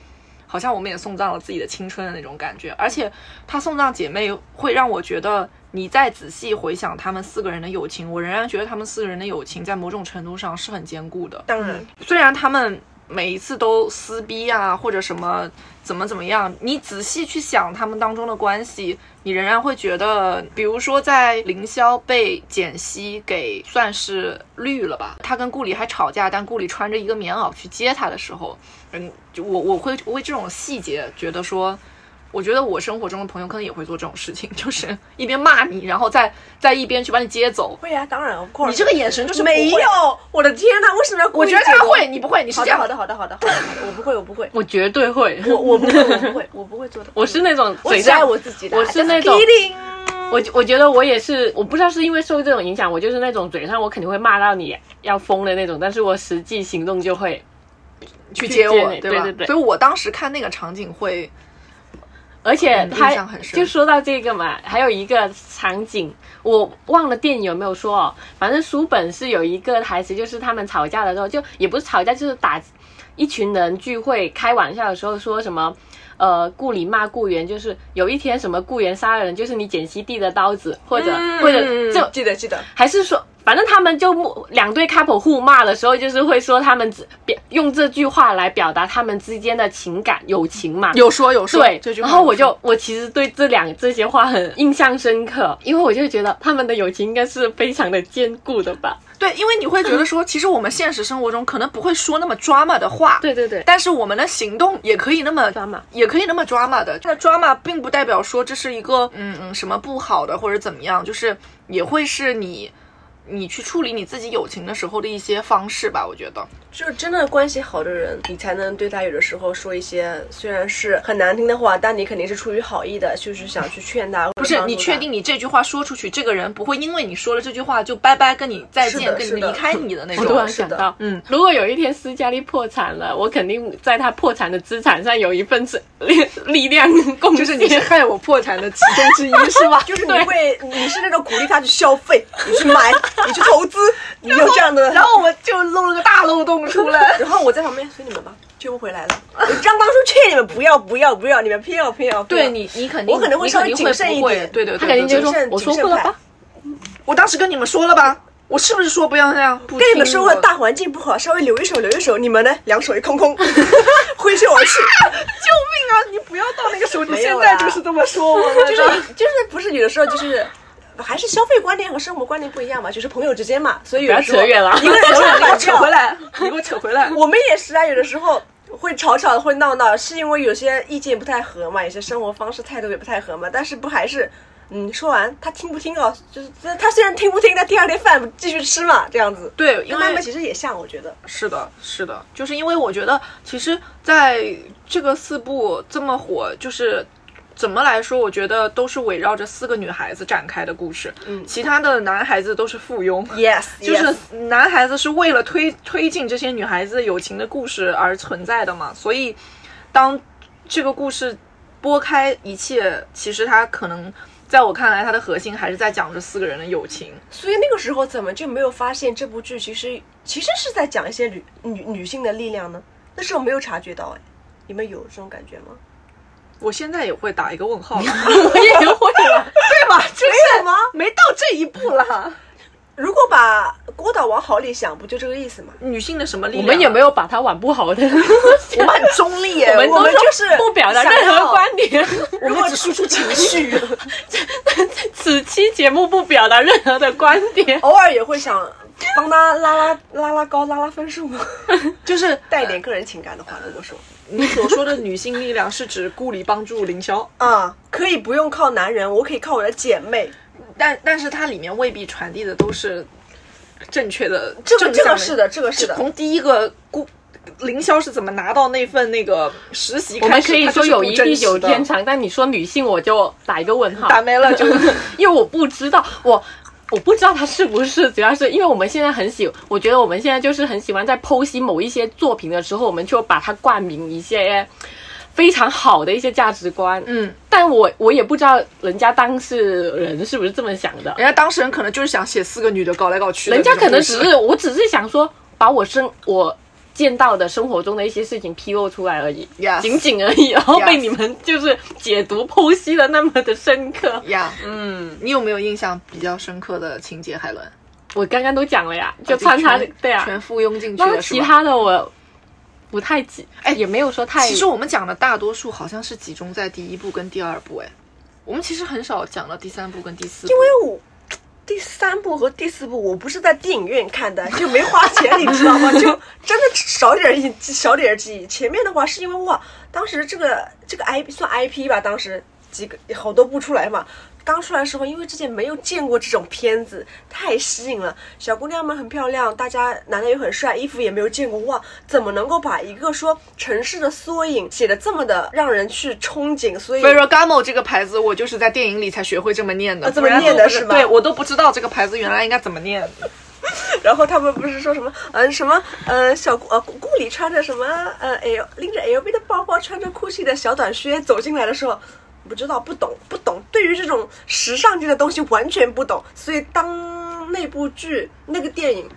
好像我们也送葬了自己的青春的那种感觉。而且她送葬姐妹会让我觉得，你再仔细回想他们四个人的友情，我仍然觉得他们四个人的友情在某种程度上是很坚固的。
当然，
虽然他们每一次都撕逼啊，或者什么怎么怎么样，你仔细去想他们当中的关系，你仍然会觉得，比如说在凌霄被简溪给算是绿了吧，他跟顾里还吵架，但顾里穿着一个棉袄去接他的时候，嗯，就我我会我会这种细节觉得说。我觉得我生活中的朋友可能也会做这种事情，就是 一边骂你，然后再再一边去把你接走。
会啊，当然，of course。
你这个眼神就是不
没
会
有，我的天呐，为什么要故
我
意
觉得
解
他
读
会，你不会，你是
好
这
的，
样
好的，好的，好的，好的，好的，我不会，我不会，
我绝对会，
我我不会，我不会，我不会做的。
我是那种
我
嘴
只
在
爱我自己的，
我是那种
just kidding
我我觉得我也是，我不知道是因为受这种影响，我就是那种嘴上我肯定会骂到你要疯的那种，但是我实际行动就会，去
去接
接
我，
你
吧？
对对对
所以我当时看那个场景会，
而且
嗯
他
印象很深
就说到这个嘛，还有一个场景，我忘了电影有没有说哦，反正书本是有一个台词，就是他们吵架的时候，就也不是吵架，就是打一群人聚会开玩笑的时候说什么。呃，顾里骂顾源，就是有一天什么顾源杀了人，就是你捡溪递的刀子，或者、
嗯
或者这
嗯记得记得，
还是说，反正他们就互两对 couple 互骂的时候，就是会说他们只表用这句话来表达他们之间的情感友情嘛。
有说有说，
对
这，句话
然后
有
我
说
就我其实对这两这些话很印象深刻，因为我就觉得他们的友情应该是非常的坚固的吧。
对，因为你会觉得说，其实我们现实生活中可能不会说那么 drama 的话，
对对对，
但是我们的行动也可以那么
drama
也可以那么 drama 的。这 drama 并不代表说这是一个嗯嗯什么不好的或者怎么样，就是也会是你你去处理你自己友情的时候的一些方式吧，我觉得。
就是真的关系好的人，你才能对他有的时候说一些虽然是很难听的话，但你肯定是出于好意的，就是想去劝他。
不
不
是你确定你这句话说出去，这个人不会因为你说了这句话就拜拜跟你再
是
见，
的
跟你
是的
离开你 的那
我
种。
突然想到，嗯，如果有一天斯嘉丽破产了，我肯定在她破产的资产上有一份是力力量贡献。
就是你是害我破 产的其中之一，是吧？
就是你会，你是那种鼓励他去消费，你去买，你去投资，你有这样的。
然后我们就漏了个大漏洞出来。
然后我在旁边，随你们吧，救不回来了。我刚刚说劝你们不要不要不要，你们偏要偏要。
对你，你肯定，
我可能会
你
稍微
定
谨
会
慎
不
一
会
点
对对对，
他肯定
对
就
对
说
谨慎：“
我说
谨
过
慎
了
派
吧。”
我当时跟你们说了吧，我是不是说不要那样？跟
跟你们说过，大环境不好，稍微留一手留一手，你们呢，两手一空 空，挥袖而去。
救命啊！你不要到那个时候，你
没
现
有
在
啦
就是这么说我。
就是就是不是有的时候就是。还是消费观念和生活观念不一样嘛，就是朋友之间嘛，所以有的时候
不要扯远了
一个 人
等
手
会儿你
把
给我
掉
扯回来， 你给我扯回来。
我们也是啊，有的时候会吵吵会闹闹，是因为有些意见不太合嘛，有些生活方式态度也不太合嘛。但是不还是，嗯，说完他听不听哦，就是他他虽然听不听，但第二天饭继续吃嘛，这样子。
对，因
跟他
为
们其实也像，我觉得。
是的，是的，就是因为我觉得，其实在这个四部这么火，就是怎么来说，我觉得都是围绕着四个女孩子展开的故事，
嗯
其他的男孩子都是附庸。
Yes，
就是男孩子是为了推推进这些女孩子友情的故事而存在的嘛，所以当这个故事拨开一切，其实它可能在我看来，它的核心还是在讲这四个人的友情。
所以那个时候怎么就没有发现这部剧其实其实是在讲一些女女女性的力量呢？那时候没有察觉到哎，你们有这种感觉吗？
我现在也会打一个问号
我
了，
也会了，
对吧？就是
有吗？
没到这一步啦。
如果把郭导往好里想，不就这个意思吗？
女性的什么力
我
量？
们也没
有，
有把它往不好的，
我们很中立耶。
我们
我们
都
就是
不表达
想
任何
要
观点。
我们只输出情绪，
此期节目不表达任何的观点。
偶尔也会想帮他拉拉拉拉高、拉拉分数吗？
就是
带一点个人情感的话，如果说
你所说的女性力量，是指顾里帮助凌霄，
啊，可以不用靠男人，我可以靠我的姐妹。
但但是它里面未必传递的都是正确的。
这个
正
这
向
个是的，这个是的。
从第一个顾凌霄是怎么拿到那份那个实习
我
开
们
始，
可以
它就
说
是
友
不
谊
真
地
实
久
的
天长，但你说女性，我就打一个问号，
打没 了就
因为我不知道，我我不知道它是不是，主要是因为我们现在很喜，我觉得我们现在就是很喜欢在剖析某一些作品的时候，我们就把它冠名一些非常好的一些价值观，
嗯，
但我我也不知道人家当事人是不是这么想的，
人家当事人可能就是想写四个女的搞来搞去的
人
那
家
种故事，
可能只是，我只是想说，把我生我见到的生活中的一些事情披露出来而已
Yes
仅仅而已，然后
Yes
被你们就是解读剖析的那么的深刻。
呀
嗯，
你有没有印象比较深刻的情节？海伦
我刚刚都讲了呀，就穿插
全
对啊，
全附庸进去
那
了，是
其
吧？
他的我不太记，
哎
也没有说太。
其实我们讲的大多数好像是集中在第一部跟第二部，哎，我们其实很少讲到第三部跟第四部，
因为我第三部和第四部我不是在电影院看的，就没花钱，你知道吗？就真的少点印少点记忆。前面的话是因为哇，当时这个这个 IP 算 IP 吧，当时几个好多部出来嘛。刚出来的时候，因为之前没有见过这种片子，太吸引了。小姑娘们很漂亮，大家男的又很帅，衣服也没有见过，哇，怎么能够把一个说城市的缩影写的这么的让人去憧憬？所以
Ferragamo 这个牌子，我就是在电影里才学会这么念的，
啊这么念的是
不然都不知
吧
对我都不知道这个牌子原来应该怎么念。
然后他们不是说什么，呃，什么，呃，小顾呃顾顾里穿着什么，呃，L 拎着 LV 的包包，穿着 GUCCI 的小短靴走进来的时候，不知道不懂不懂，对于这种时尚界的东西完全不懂，所以当那部剧那个电影。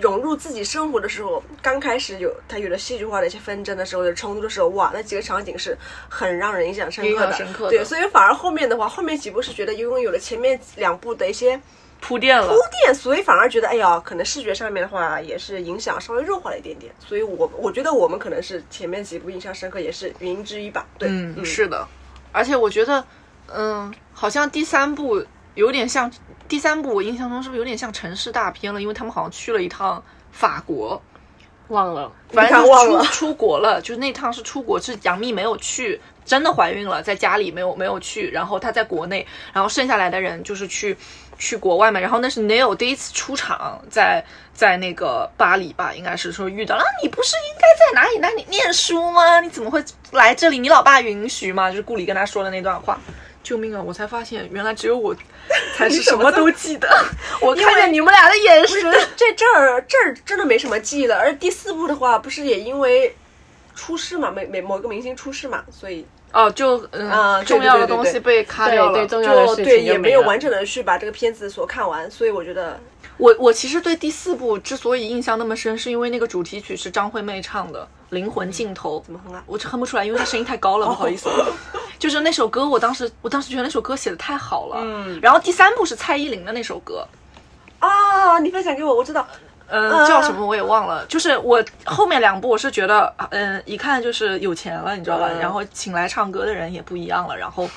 融入自己生活的时候，刚开始有他有了戏剧化的一些纷争的时候，有冲突的时候，哇，那几个场景是很让人印象深刻
印
的。
象深刻的
对，所以反而后面的话，后面几部是觉得因为有了前面两部的一些
铺垫了
铺，垫，所以反而觉得，哎呀，可能视觉上面的话也是影响稍微弱化了一点点。所以我我觉得我们可能是前面几部印象深刻，也是原因之一吧。对，
嗯，是的，而且我觉得，嗯，好像第三部有点像第三部，我印象中是不是有点像城市大片了？因为他们好像去了一趟法国，
忘了，
反正就
你看忘了
出出国了，就是那趟是出国，是杨幂没有去，真的怀孕了，在家里没有没有去，然后她在国内，然后剩下来的人就是去去国外嘛，然后那是 Neil 第一次出场在在那个巴黎吧，应该是说遇到了、啊，你不是应该在哪里哪里念书吗？你怎么会来这里？你老爸允许吗？就是顾里跟他说的那段话。救命啊！我才发现，原来只有我 才是什么都记得。我看见你们俩的眼
不是
神，
这这儿这儿真的没什么记忆了。而第四部的话，不是也因为出事嘛，每每某个明星出事嘛，所以
哦，就嗯、
啊对
重要的
对对
东
对
西被卡掉
对对，
了。
重要的
就
事情
对
就
也
没
没有
了
完整的去把这个片子所看完。所以我觉得
我我其实对第四部之所以印象那么深，是因为那个主题曲是张惠妹唱的《灵魂尽头》。怎
么哼啊
我这哼不出来，因为她声音太高了，不好意思。 就是那首歌，我当时我当时觉得那首歌写的太好了。嗯。然后第三部是蔡依林的那首歌，
啊，你分享给我，我知道。
嗯，叫什么我也忘了。就是我后面两部我是觉得，嗯，一看就是有钱了，你知道
嗯
吧？然后请来唱歌的人也不一样了，然后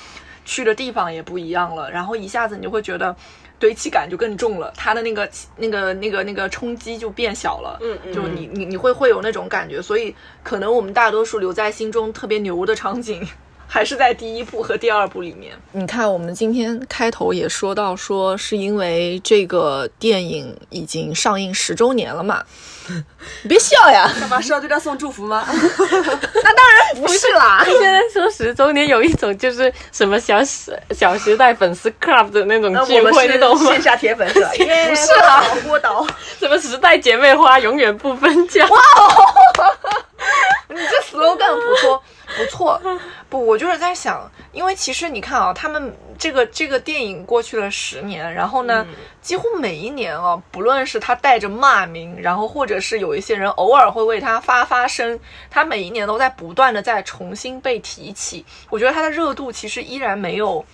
去的地方也不一样了，然后一下子你就会觉得堆砌感就更重了，它的那个那个那个那个冲击就变小了。
嗯嗯
就你你你会会有那种感觉，所以可能我们大多数留在心中特别牛的场景，还是在第一部和第二部里面。
你看，我们今天开头也说到，说是因为这个电影已经上映十周年了嘛？你别笑呀，
干嘛是要对他送祝福吗？
不是
啊
啦，
现在说十周年有一种就是什么小时小时代粉丝 club 的那种
那
聚
我们
会，你懂
是
吗？
线下铁粉是吧？ 不是
啊，
郭导。
什么时代姐妹花永远不分家。
slogan 不错，不错。不，我就是在想，因为其实你看啊，他们这个这个电影过去了十年，然后呢，几乎每一年啊，不论是他带着骂名，然后或者是有一些人偶尔会为他发发声，他每一年都在不断的在重新被提起。我觉得他的热度其实依然没有。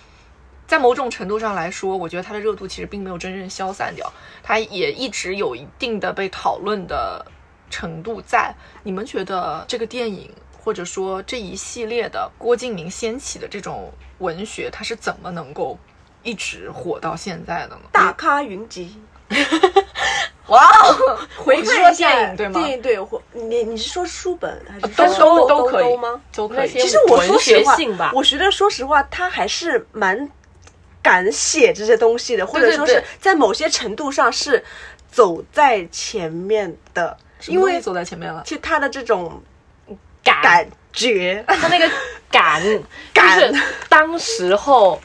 在某种程度上来说，我觉得它的热度其实并没有真正消散掉，它也一直有一定的被讨论的程度在。你们觉得这个电影或者说这一系列的郭敬明掀起的这种文学，它是怎么能够一直火到现在的呢？
大咖云集。
哇哦，
回
你是
看
说
一下
电影对吗？啊
电影对，或你你是说书本还是
都
说
都
都
可以
吗？
都可以
其实我说实话
文学性吧，
我觉得说实话，他还是蛮敢写这些东西的，或者说
对
是在某些程度上是走在前面的，因为
走在前面了。
就他的这种
敢
感觉，
啊
他那个 敢
敢
就是当时候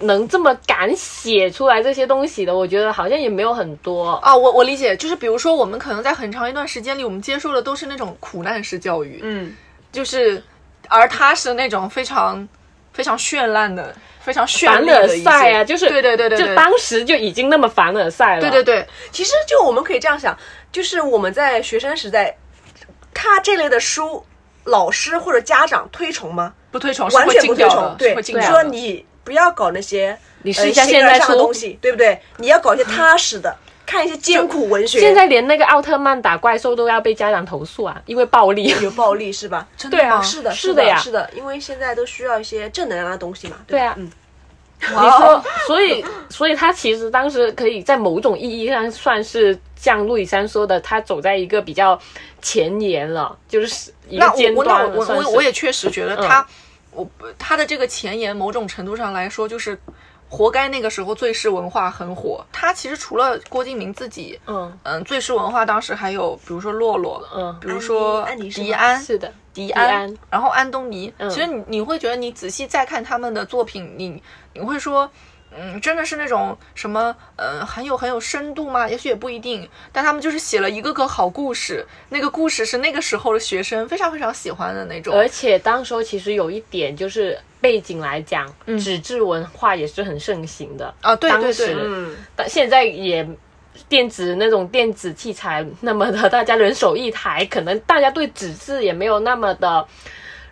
能这么敢写出来这些东西的，我觉得好像也没有很多。
啊，我我理解，就是比如说，我们可能在很长一段时间里，我们接受的都是那种苦难式教育，
嗯，
就是，而他是那种非常非常绚烂的、非常绚
凡
丽
尔
的一些
赛啊，就是
对对对对对，
就当时就已经那么凡尔赛了。
对对对，
其实就我们可以这样想，就是我们在学生时代。他这类的书，老师或者家长推崇吗？
不推哦崇，是啊
完
会
全
禁
不推
掉
崇
的，，
对
是会，禁
你
掉
说
的。
你不要搞那些
你试
呃
一下
形
现
而
在
上的
出
东西，对不对？你要搞一些踏实的，看一些艰苦文学。
现在连那个奥特曼打怪兽都要被家长投诉啊，因为暴力。
嗯
有暴力是吧？真
对啊，
是的，
是
的
呀，
是的，因为现在都需要一些正能量的东西嘛，
对
吧
啊
嗯，
你
哦
说，所以，所以他其实当时可以在某种意义上算是像路易珊说的，他走在一个比较前沿了，就是一个
那
尖
我我那
端
我
了，
我
算
我
是。
我也确实觉得
嗯
他，我不他的这个前沿，某种程度上来说就是。活该那个时候最是文化很火，他其实除了郭敬明自己，
嗯
嗯，最是文化当时还有比如说洛洛，
嗯
比如说
安妮安妮是吗
迪安，
是的，
迪
迪
安，
安
然后安东尼。
嗯
其实你你会觉得，你仔细再看他们的作品，你你会说，嗯，真的是那种什么，呃，很有很有深度吗？也许也不一定。但他们就是写了一个个好故事，那个故事是那个时候的学生非常非常喜欢的那种。
而且当时候其实有一点就是背景来讲，
嗯
纸质文化也是很盛行的，
啊，对
当
对
时
对，
嗯，
但现在也。电子那种电子器材那么的， 大家人手一台，可能大家对纸质也没有那么的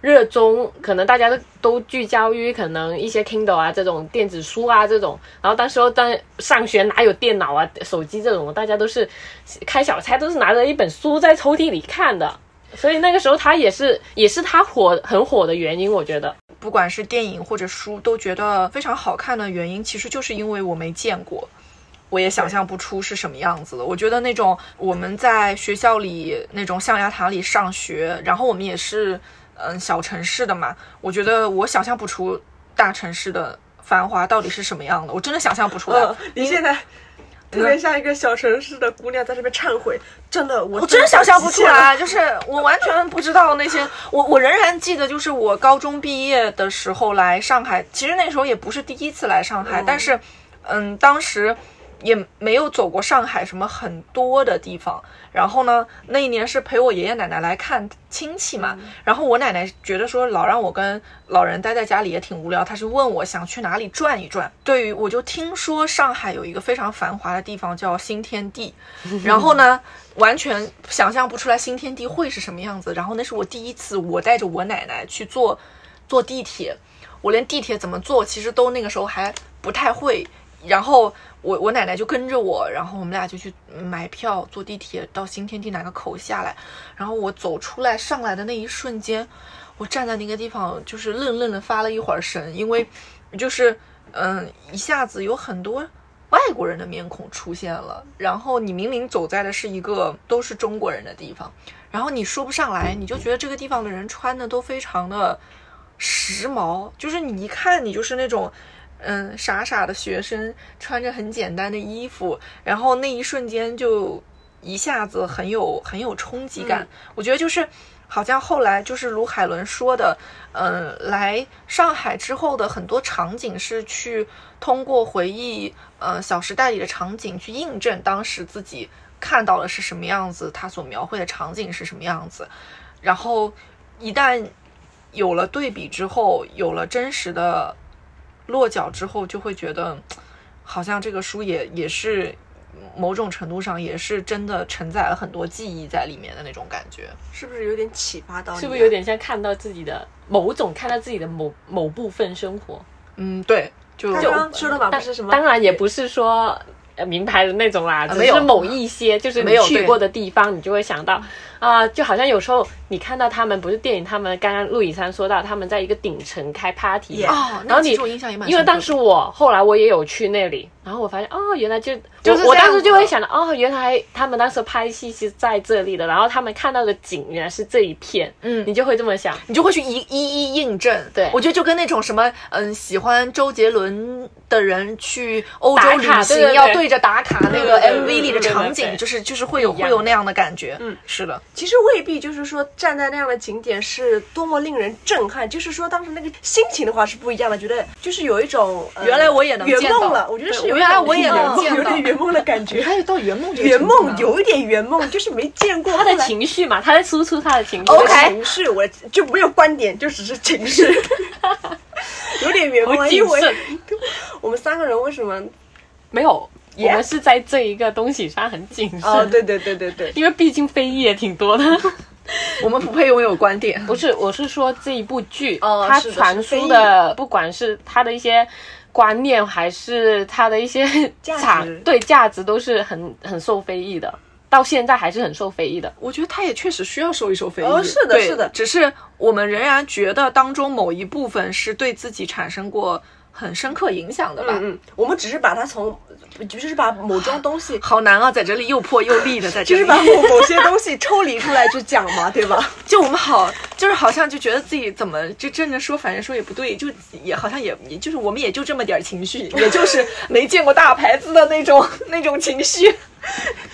热衷，可能大家都都聚焦于可能一些 Kindle 啊这种电子书啊这种，然后当时候当上学哪有电脑啊、手机这种，大家都是开小差，都是拿着一本书在抽屉里看的，所以那个时候他也是也是他火很火的原因，我觉得，
不管是电影或者书，都觉得非常好看的原因，其实就是因为我没见过，我也想象不出是什么样子的。我觉得那种我们在学校里那种象牙塔里上学，然后我们也是嗯小城市的嘛，我觉得我想象不出大城市的繁华到底是什么样的，我真的想象不出来。
嗯，你现在。特别像一个小城市的姑娘在这边忏悔，真的，我
我真想象不出
急切了。
来，就是我完全不知道那些，我我仍然记得，就是我高中毕业的时候来上海，其实那时候也不是第一次来上海，但是，嗯，当时也没有走过上海什么很多的地方。然后呢，那一年是陪我爷爷奶奶来看亲戚嘛，
嗯
然后我奶奶觉得说老让我跟老人待在家里也挺无聊，她是问我想去哪里转一转。对于我就听说上海有一个非常繁华的地方叫新天地，然后呢，完全想象不出来新天地会是什么样子。然后那是我第一次，我带着我奶奶去坐坐地铁，我连地铁怎么坐其实都那个时候还不太会。然后我我奶奶就跟着我，然后我们俩就去买票坐地铁到新天地哪个口下来。然后我走出来上来的那一瞬间，我站在那个地方就是愣愣的发了一会儿神，因为就是嗯一下子有很多外国人的面孔出现了，然后你明明走在的是一个都是中国人的地方，然后你说不上来，你就觉得这个地方的人穿的都非常的时髦，就是你一看你就是那种。嗯，傻傻的学生穿着很简单的衣服，然后那一瞬间就一下子很有很有冲击感。我觉得就是好像后来就是卢海伦说的，嗯、来上海之后的很多场景是去通过回忆，呃，《小时代》里的场景去印证当时自己看到的是什么样子，他所描绘的场景是什么样子。然后一旦有了对比之后，有了真实的落脚之后，就会觉得好像这个书也也是某种程度上也是真的承载了很多记忆在里面的那种感觉。
是不是有点启发到你啊？
是不是有点像看到自己的某种看到自己的某某部分生活？
嗯，对，就
他
就
刚刚说
啊
的嘛，不
但
是什么？
当然也不是说呃名牌的那种啦，只
啊没有
是某一些就是
没
你
有
去
对嗯
过的地方，你就会想到啊、就好像有时候你看到他们不是电影，他们刚刚陆以山说到他们在一个顶层开 party，
Yeah
嘛
哦，
然后
那
你
其实我印象也蛮深刻的
因为当时我后来我也有去那里，然后我发现哦，原来就
就是
我我
这样
当时
子
就会想到哦，原来他们当时拍戏是在这里的，然后他们看到的景原来是这一片，嗯，你就会这么想，
你就会去一一一印证。
对
我觉得就跟那种什么嗯喜欢周杰伦的人去欧洲
打
旅
卡
行
对对对
要对着打卡那个
对对
MV
对
里的
对对
场
对
景，
对
就是就是会有
不一样
会有那样的感觉。嗯，是的，
其实未必就是说站在那样的景点是多么令人震撼，就是说当时那个心情的话是不一样的，觉得就是有一种、呃
原来我也能
圆
见到
梦了，我觉得是
对
有
原来
一种
我也能见
有
到
点圆梦的感觉，
有到圆梦这
圆梦有一点圆梦，就是没见过
他的
后来
情绪嘛，他在输出他的情绪。
我的情绪，我就没有观点，就只是 情绪，有点圆梦
好
了，
谨
因为
慎
我们三个人为什 么？
没有
Yeah
我们是在这一个东西上很谨慎。
哦
哦，对对对对对，
因为毕竟非议也挺多的。
我们不配拥有观点。
不是，我是说这一部剧，
哦
它
是的
传
是非
输
议
的，不管是它的一些观念，还是它的一些
价
产
值
对价值，都是很很受非议的，到现在还是很受非议的。
我觉得他也确实需要受一受非议。
哦是的
对
是的
只是我们仍然觉得当中某一部分是对自己产生过很深刻影响的吧。
嗯，我们只是把它从，就是把某种东西，
好难啊，在这里又破又立的，在这
就
里
是把某某些东西抽离出来去讲嘛，对吧？
就我们好，就是好像就觉得自己怎么就正着说，反正说也不对，就也好像也也就是我们也就这么点儿情绪， 也就是没见过大牌子的那种那种情绪。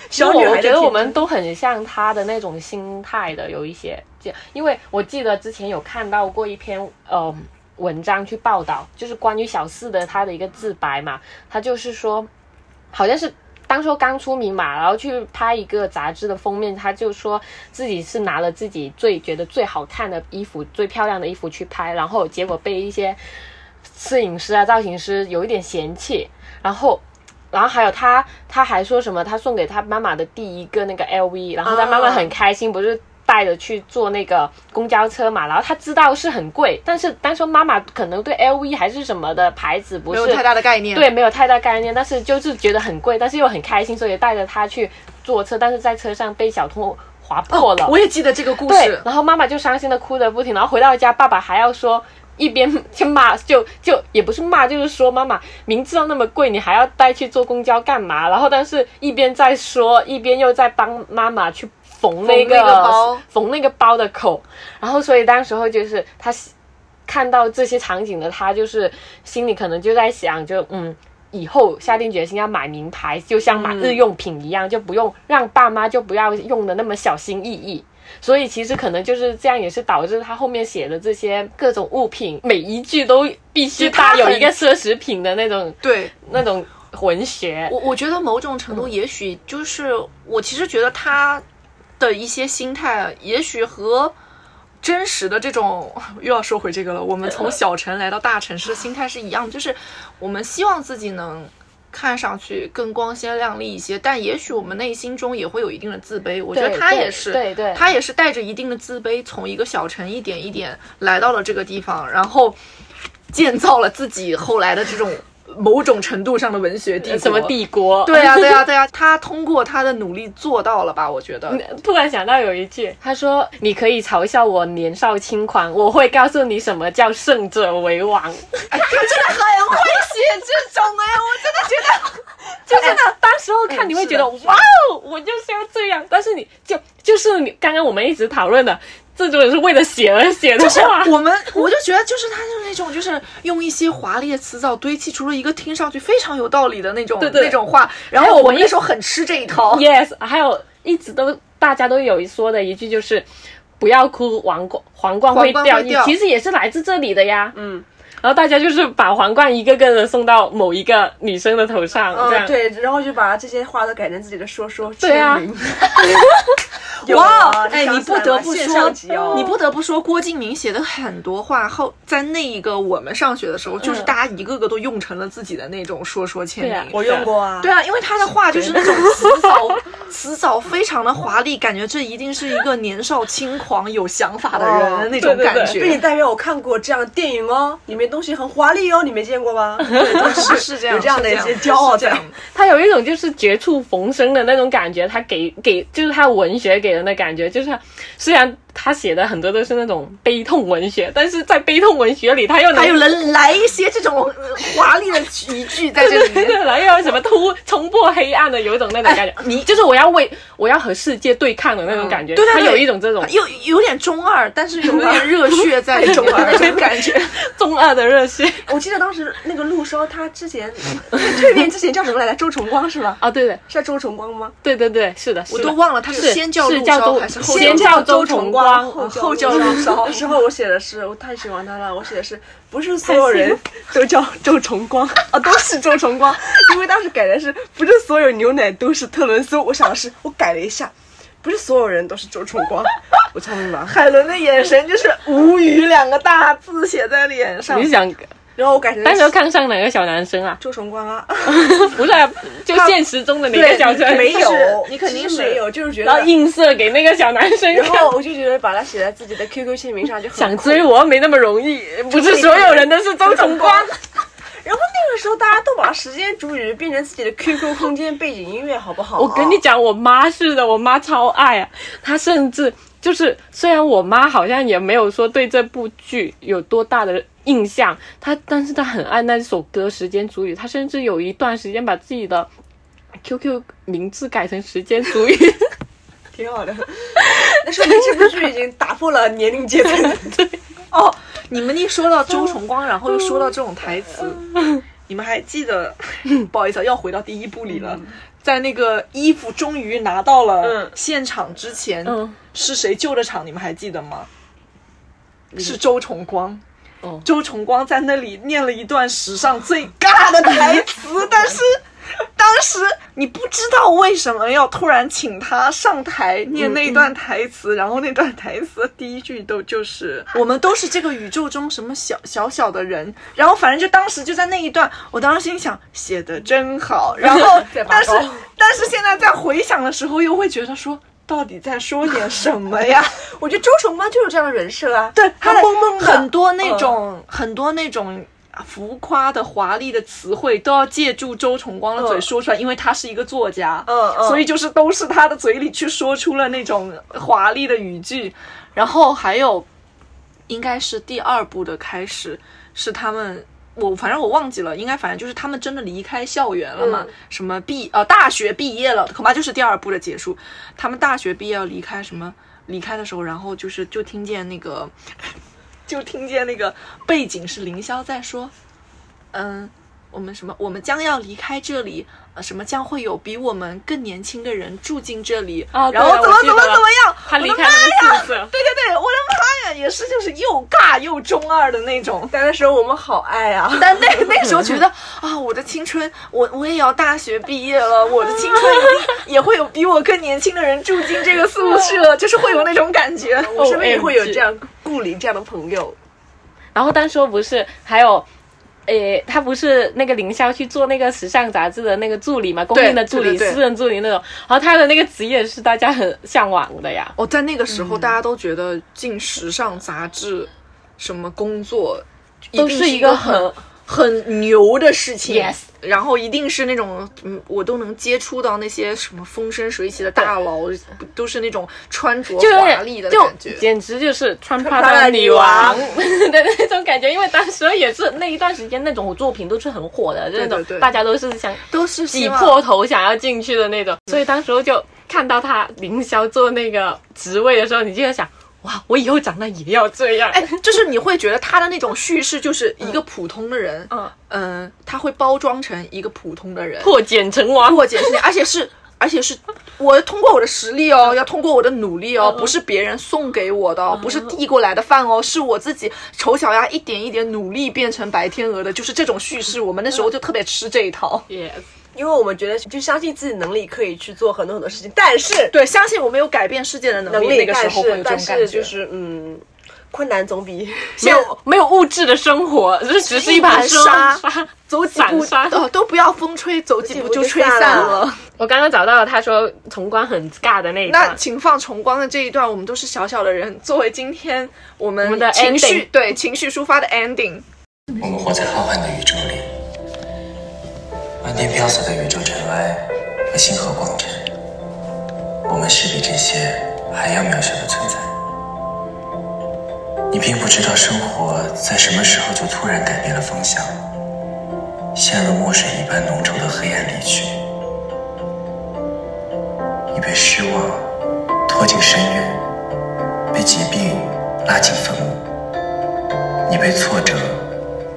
其实
小女
我
孩的
觉得
天
我们都很像他的那种心态的，有一些，就因为我记得之前有看到过一篇呃文章去报道，就是关于小四的他的一个自白嘛，他就是说，好像是。当初刚出名嘛，然后去拍一个杂志的封面，他就说自己是拿了自己最觉得最好看的衣服、最漂亮的衣服去拍，然后结果被一些摄影师啊、造型师有一点嫌弃，然后然后还有他，他还说什么？他送给他妈妈的第一个那个 LV，然后他妈妈很开心，不是带着去坐那个公交车嘛？然后他知道是很贵，但是当时妈妈可能对 LV 还是什么的牌子不
没
是
有太大的概念。
对，没有太大概念，但是就是觉得很贵，但是又很开心，所以带着他去坐车，但是在车上被小偷划破了。
哦我也记得这个故
对
事，，
然后妈妈就伤心的哭的不停，然后回到家，爸爸还要说。一边去骂，就就也不是骂，就是说妈妈明知道那么贵，你还要带去坐公交干嘛？然后但是一边在说，一边又在帮妈妈去缝那个
缝那个包
缝那个包的口。然后所以当时候就是他看到这些场景的他，就是心里可能就在想，就嗯，以后下定决心要买名牌，就像买日用品一样，就不用让爸妈就不要用的那么小心翼翼。所以其实可能就是这样，也是导致他后面写的这些各种物品，每一句都必须搭有一个奢侈品的那种
对
那种文学。
我我觉得某种程度，
嗯
也许就是我其实觉得他的一些心态，也许和真实的这种 又要说回这个了。我们从小城来到大城市，心态是一样的，就是我们希望自己能看上去更光鲜亮丽一些，但也许我们内心中也会有一定的自卑。我觉得
对
他
对
也是，
对对
他也是带着一定的自卑，从一个小城一点一点来到了这个地方，然后建造了自己后来的这种。某种程度上的文学帝国，
什呃么帝国？
对啊 呀、对呀、对呀、他通过他的努力做到了吧？我觉得，
突然想到有一句，他说：“你可以嘲笑我年少轻狂，我会告诉你什么叫胜者为王。” 就 真的，当时候看你会觉得、哇哦，我就是要这样。但是你就就是你刚刚我们一直讨论的，这就是为了写而写的话。
我们我就觉得，就是他就是那种，就是用一些华丽的词藻堆砌出了一个听上去非常有道理的那种
对对
那种话，然
还
后
有
哎我
文
们
艺
那时候很吃这一 套。
yes，还有一直都大家都有说的一句就是，不要哭，皇冠皇冠会
皇
掉，
冠会掉
其实也是来自这里的呀。嗯。然后大家就是把皇冠一个个的送到某一个女生的头上，
哦
这样
嗯，对，然后就把这些话都改成自己的说说
对啊
签名。有啊
哎，你不得不
线上
说
集哦，
你不得不说，郭敬明写的很多话后，在那一个我们上学的时候，就是大家一个个都用成了自己的那种说说签
对啊
名。
我用过啊，
嗯对啊，因为他的画就是那种辞藻，辞藻非常的华丽，感觉这一定是一个年少轻狂、有想法的人的那种
哦对对
感
对
觉。
并且代表我看过这样的电影哦，里面东西很华丽哦，你没见过 吗？
是是这样，
有这样的一
是
些骄傲
是这
在
样。
他有一种就是绝处逢生的那种感觉，他给给就是他文学给人的感觉，就是虽然他写的很多都是那种悲痛文学，但是在悲痛文学里，他又能
还有人来一些这种呃华丽的语句在这里面。
对，然后又有什么突冲破黑暗的，有一种那种感觉，
你
就是我要为我要和世界对抗的那种感觉，
对对
他
对
有一种这种
有有点中二，但是有 点热血在里面 的那种感觉。
中二的热血
我记得当时那个陆骁，他之前 蜕变之前叫什么来着？周崇光是吧？
啊，对对
是叫周崇光吗？
对对对，是的，是
我
的
都忘了他
是
是先叫
是
陆
叫
骁
周
还是后
先
叫
叫周
周
崇光
光，
后
后
叫
陆
陆
骁。
骁
那时候我写的是，我太喜欢他了，我写的是不是所有人 都叫周崇光啊，都是周崇光，因为当时改的是不是所有牛奶都是特仑苏，我想的是我改了一下。不是所有人都是周崇光，我 才明白。
海伦的眼神就是无语两个大字写在脸上
你。想
然后我改成
当时看上哪个小男生啊？
周崇光啊，
不是啊、就现实中的哪个
对，
小男
没
生？
有，
你肯定
其实
是
没有，就是觉
然后
得。
映射给那个小男生
然
看，
后我就觉得把它写在自己的 QQ 签名上就很
想
酷
追我没那么容易，不是所有人都是周崇光。
然后那个时候大家都把时间煮雨变成自己的 QQ 空间背景音乐，好不好、哦
我跟你，讲，我妈是的，我妈超爱啊，她甚至就是，虽然我妈好像也没有说对这部剧有多大的印象，她但是她很爱那首歌《时间煮雨》，她甚至有一段时间把自己的 QQ 名字改成《时间煮雨》，
挺好的。那说明这部剧已经打破了年龄 阶层。
哦，你们一说到周崇光，然后又说到这种台词，你们还记得？不好意思啊，要回到第一部里了。在那个衣服终于拿到了
嗯
现场之前，
嗯
是谁救的场？你们还记得吗？是周崇光。
哦
周崇光在那里念了一段史上最尬的台词，但 是当时你不知道为什么要突然请他上台念那段台词，然后那段台词第一句都就是嗯“我们都是这个宇宙中什么小小小的人”，然后反正就当时就在那一段，我当时心想写的真好，然 后但是但是现在在回想的时候又会觉得说。到底在说点什么呀？
我觉得周崇光就是这样的人设啊，
对
他
的
懵懵的，嗯
很多那种、很多那种浮夸的华丽的词汇都要借助周崇光的嘴
嗯
说出来，因为他是一个作家，
嗯嗯
所以就是都是他的嘴里去说出了那种华丽的语句，然后还有应该是第二部的开始是他们。我反正我忘记了，应该反正就是他们真的离开校园了嘛，
嗯
什么毕呃大学毕业了，恐怕就是第二部的结束。他们大学毕业要离开什么？离开的时候，然后就是就听见那个，就听见那个背景是凌霄在说，嗯，我们什么，我们将要离开这里，呃，什么将会有比我们更年轻的人住进这里，
啊对
然后
我
怎么
记
怎
得
么
了
怎么样，
她离
我的
开
妈
那个
呀
宿！舍。
对对对，我的妈呀，也是就是又尬又中二的那种。
但那时候我们好爱 啊，
但那那时候觉得啊，我的青春，我我也要大学毕业 了，我的青春一定也会有比我更年轻的人住进这个宿 舍，就是会有那种感觉。哦
我身边也会有
OMG
这样顾里这样的朋友。
然后当时不是还有，诶，他不是那个凌霄去做那个时尚杂志的那个助理嘛，公
对
认的助理、
对对对
私人助理那种。然后他的那个职业是大家很向往的呀。
哦，在那个时
嗯
候，大家都觉得进时尚杂志，什么工作，
都是一个很
很牛的事情
Yes
然后一定是那种，嗯，我都能接触到那些什么风生水起的大佬，都是那种穿着
就有
华丽
点，
的
就
感觉。
简直就是穿
Prada
Prada
女
女王
王
的那种感觉，因为当时也是那一段时间，那种作品都是很火的，那种
对对
大家都是想
都是希
挤
望
破头想要进去的那种。所以当时候就看到他凌霄做那个职位的时候，你就在想，哇，我以后长大也要这样。
哎，就是你会觉得他的那种叙事就是一个普通的人，
嗯
嗯他会包装成一个普通的人，
破茧成王，
破解是你，而且是。而且是我通过我的实力
嗯
哦，要通过我的努力哦，不是别人送给我的哦，不是递过来的饭哦，是我自己丑小鸭一点一点努力变成白天鹅的，就是这种叙事，我们那时候就特别吃这一套。
Yes
因为我们觉得就相信自己能力可以去做很多很多事情，但是
对，相信我们有改变世界的能
嗯能
力，
力
那个时候会有这
但
种
是
感
但
觉。
是就是嗯，困难总比
没有没有物质的生活，这只是一盘
一盘
沙
走几步
散沙
哦，都不要风吹，走几步
走几步
就
就
吹
散
散
了
了。
我刚刚找到了他说重光很尬
嗯
的那一
那
段，
请放重光的这一段，我们都是小小的人，作为今天我们
我们的
情
ending
绪对情绪抒发的 ending。
我们活在浩瀚的宇宙里，漫天飘洒的宇宙尘埃和星河光尘，我们是比这些还要渺小的存在。你并不知道生活在什么时候就突然改变了方向，陷入墨水一般浓稠的黑暗里去。你被失望拖进深渊，被疾病拉进坟墓。你被挫折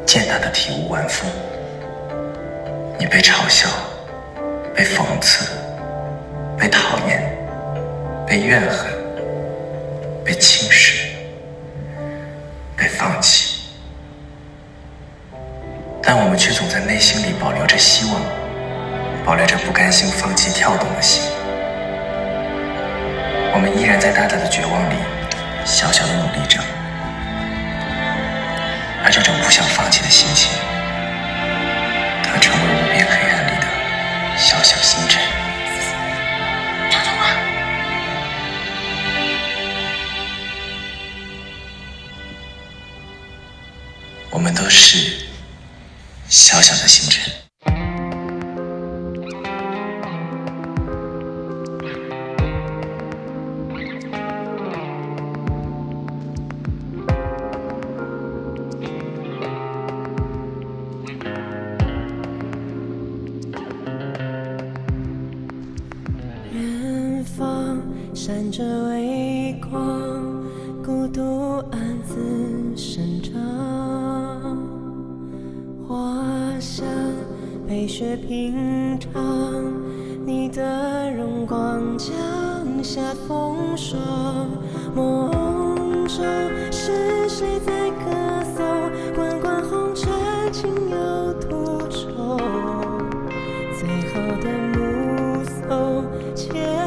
践踏的体无完肤，你被嘲笑、被讽刺、被讨厌、被怨恨、被轻视、被放弃，但我们却总在内心里保留着希望，保留着不甘心放弃跳动的心。我们依然在大大的绝望里，小小的努力着。而这种不想放弃的心情，它成为无边黑暗里的小小星辰。
找到我。
我们都是小小的星辰。
远方闪着微光，孤独暗自生长。花香被雪品尝，你的荣光降下风霜。梦中是谁在歌颂？滚滚红尘，情有独钟。最好的目送，牵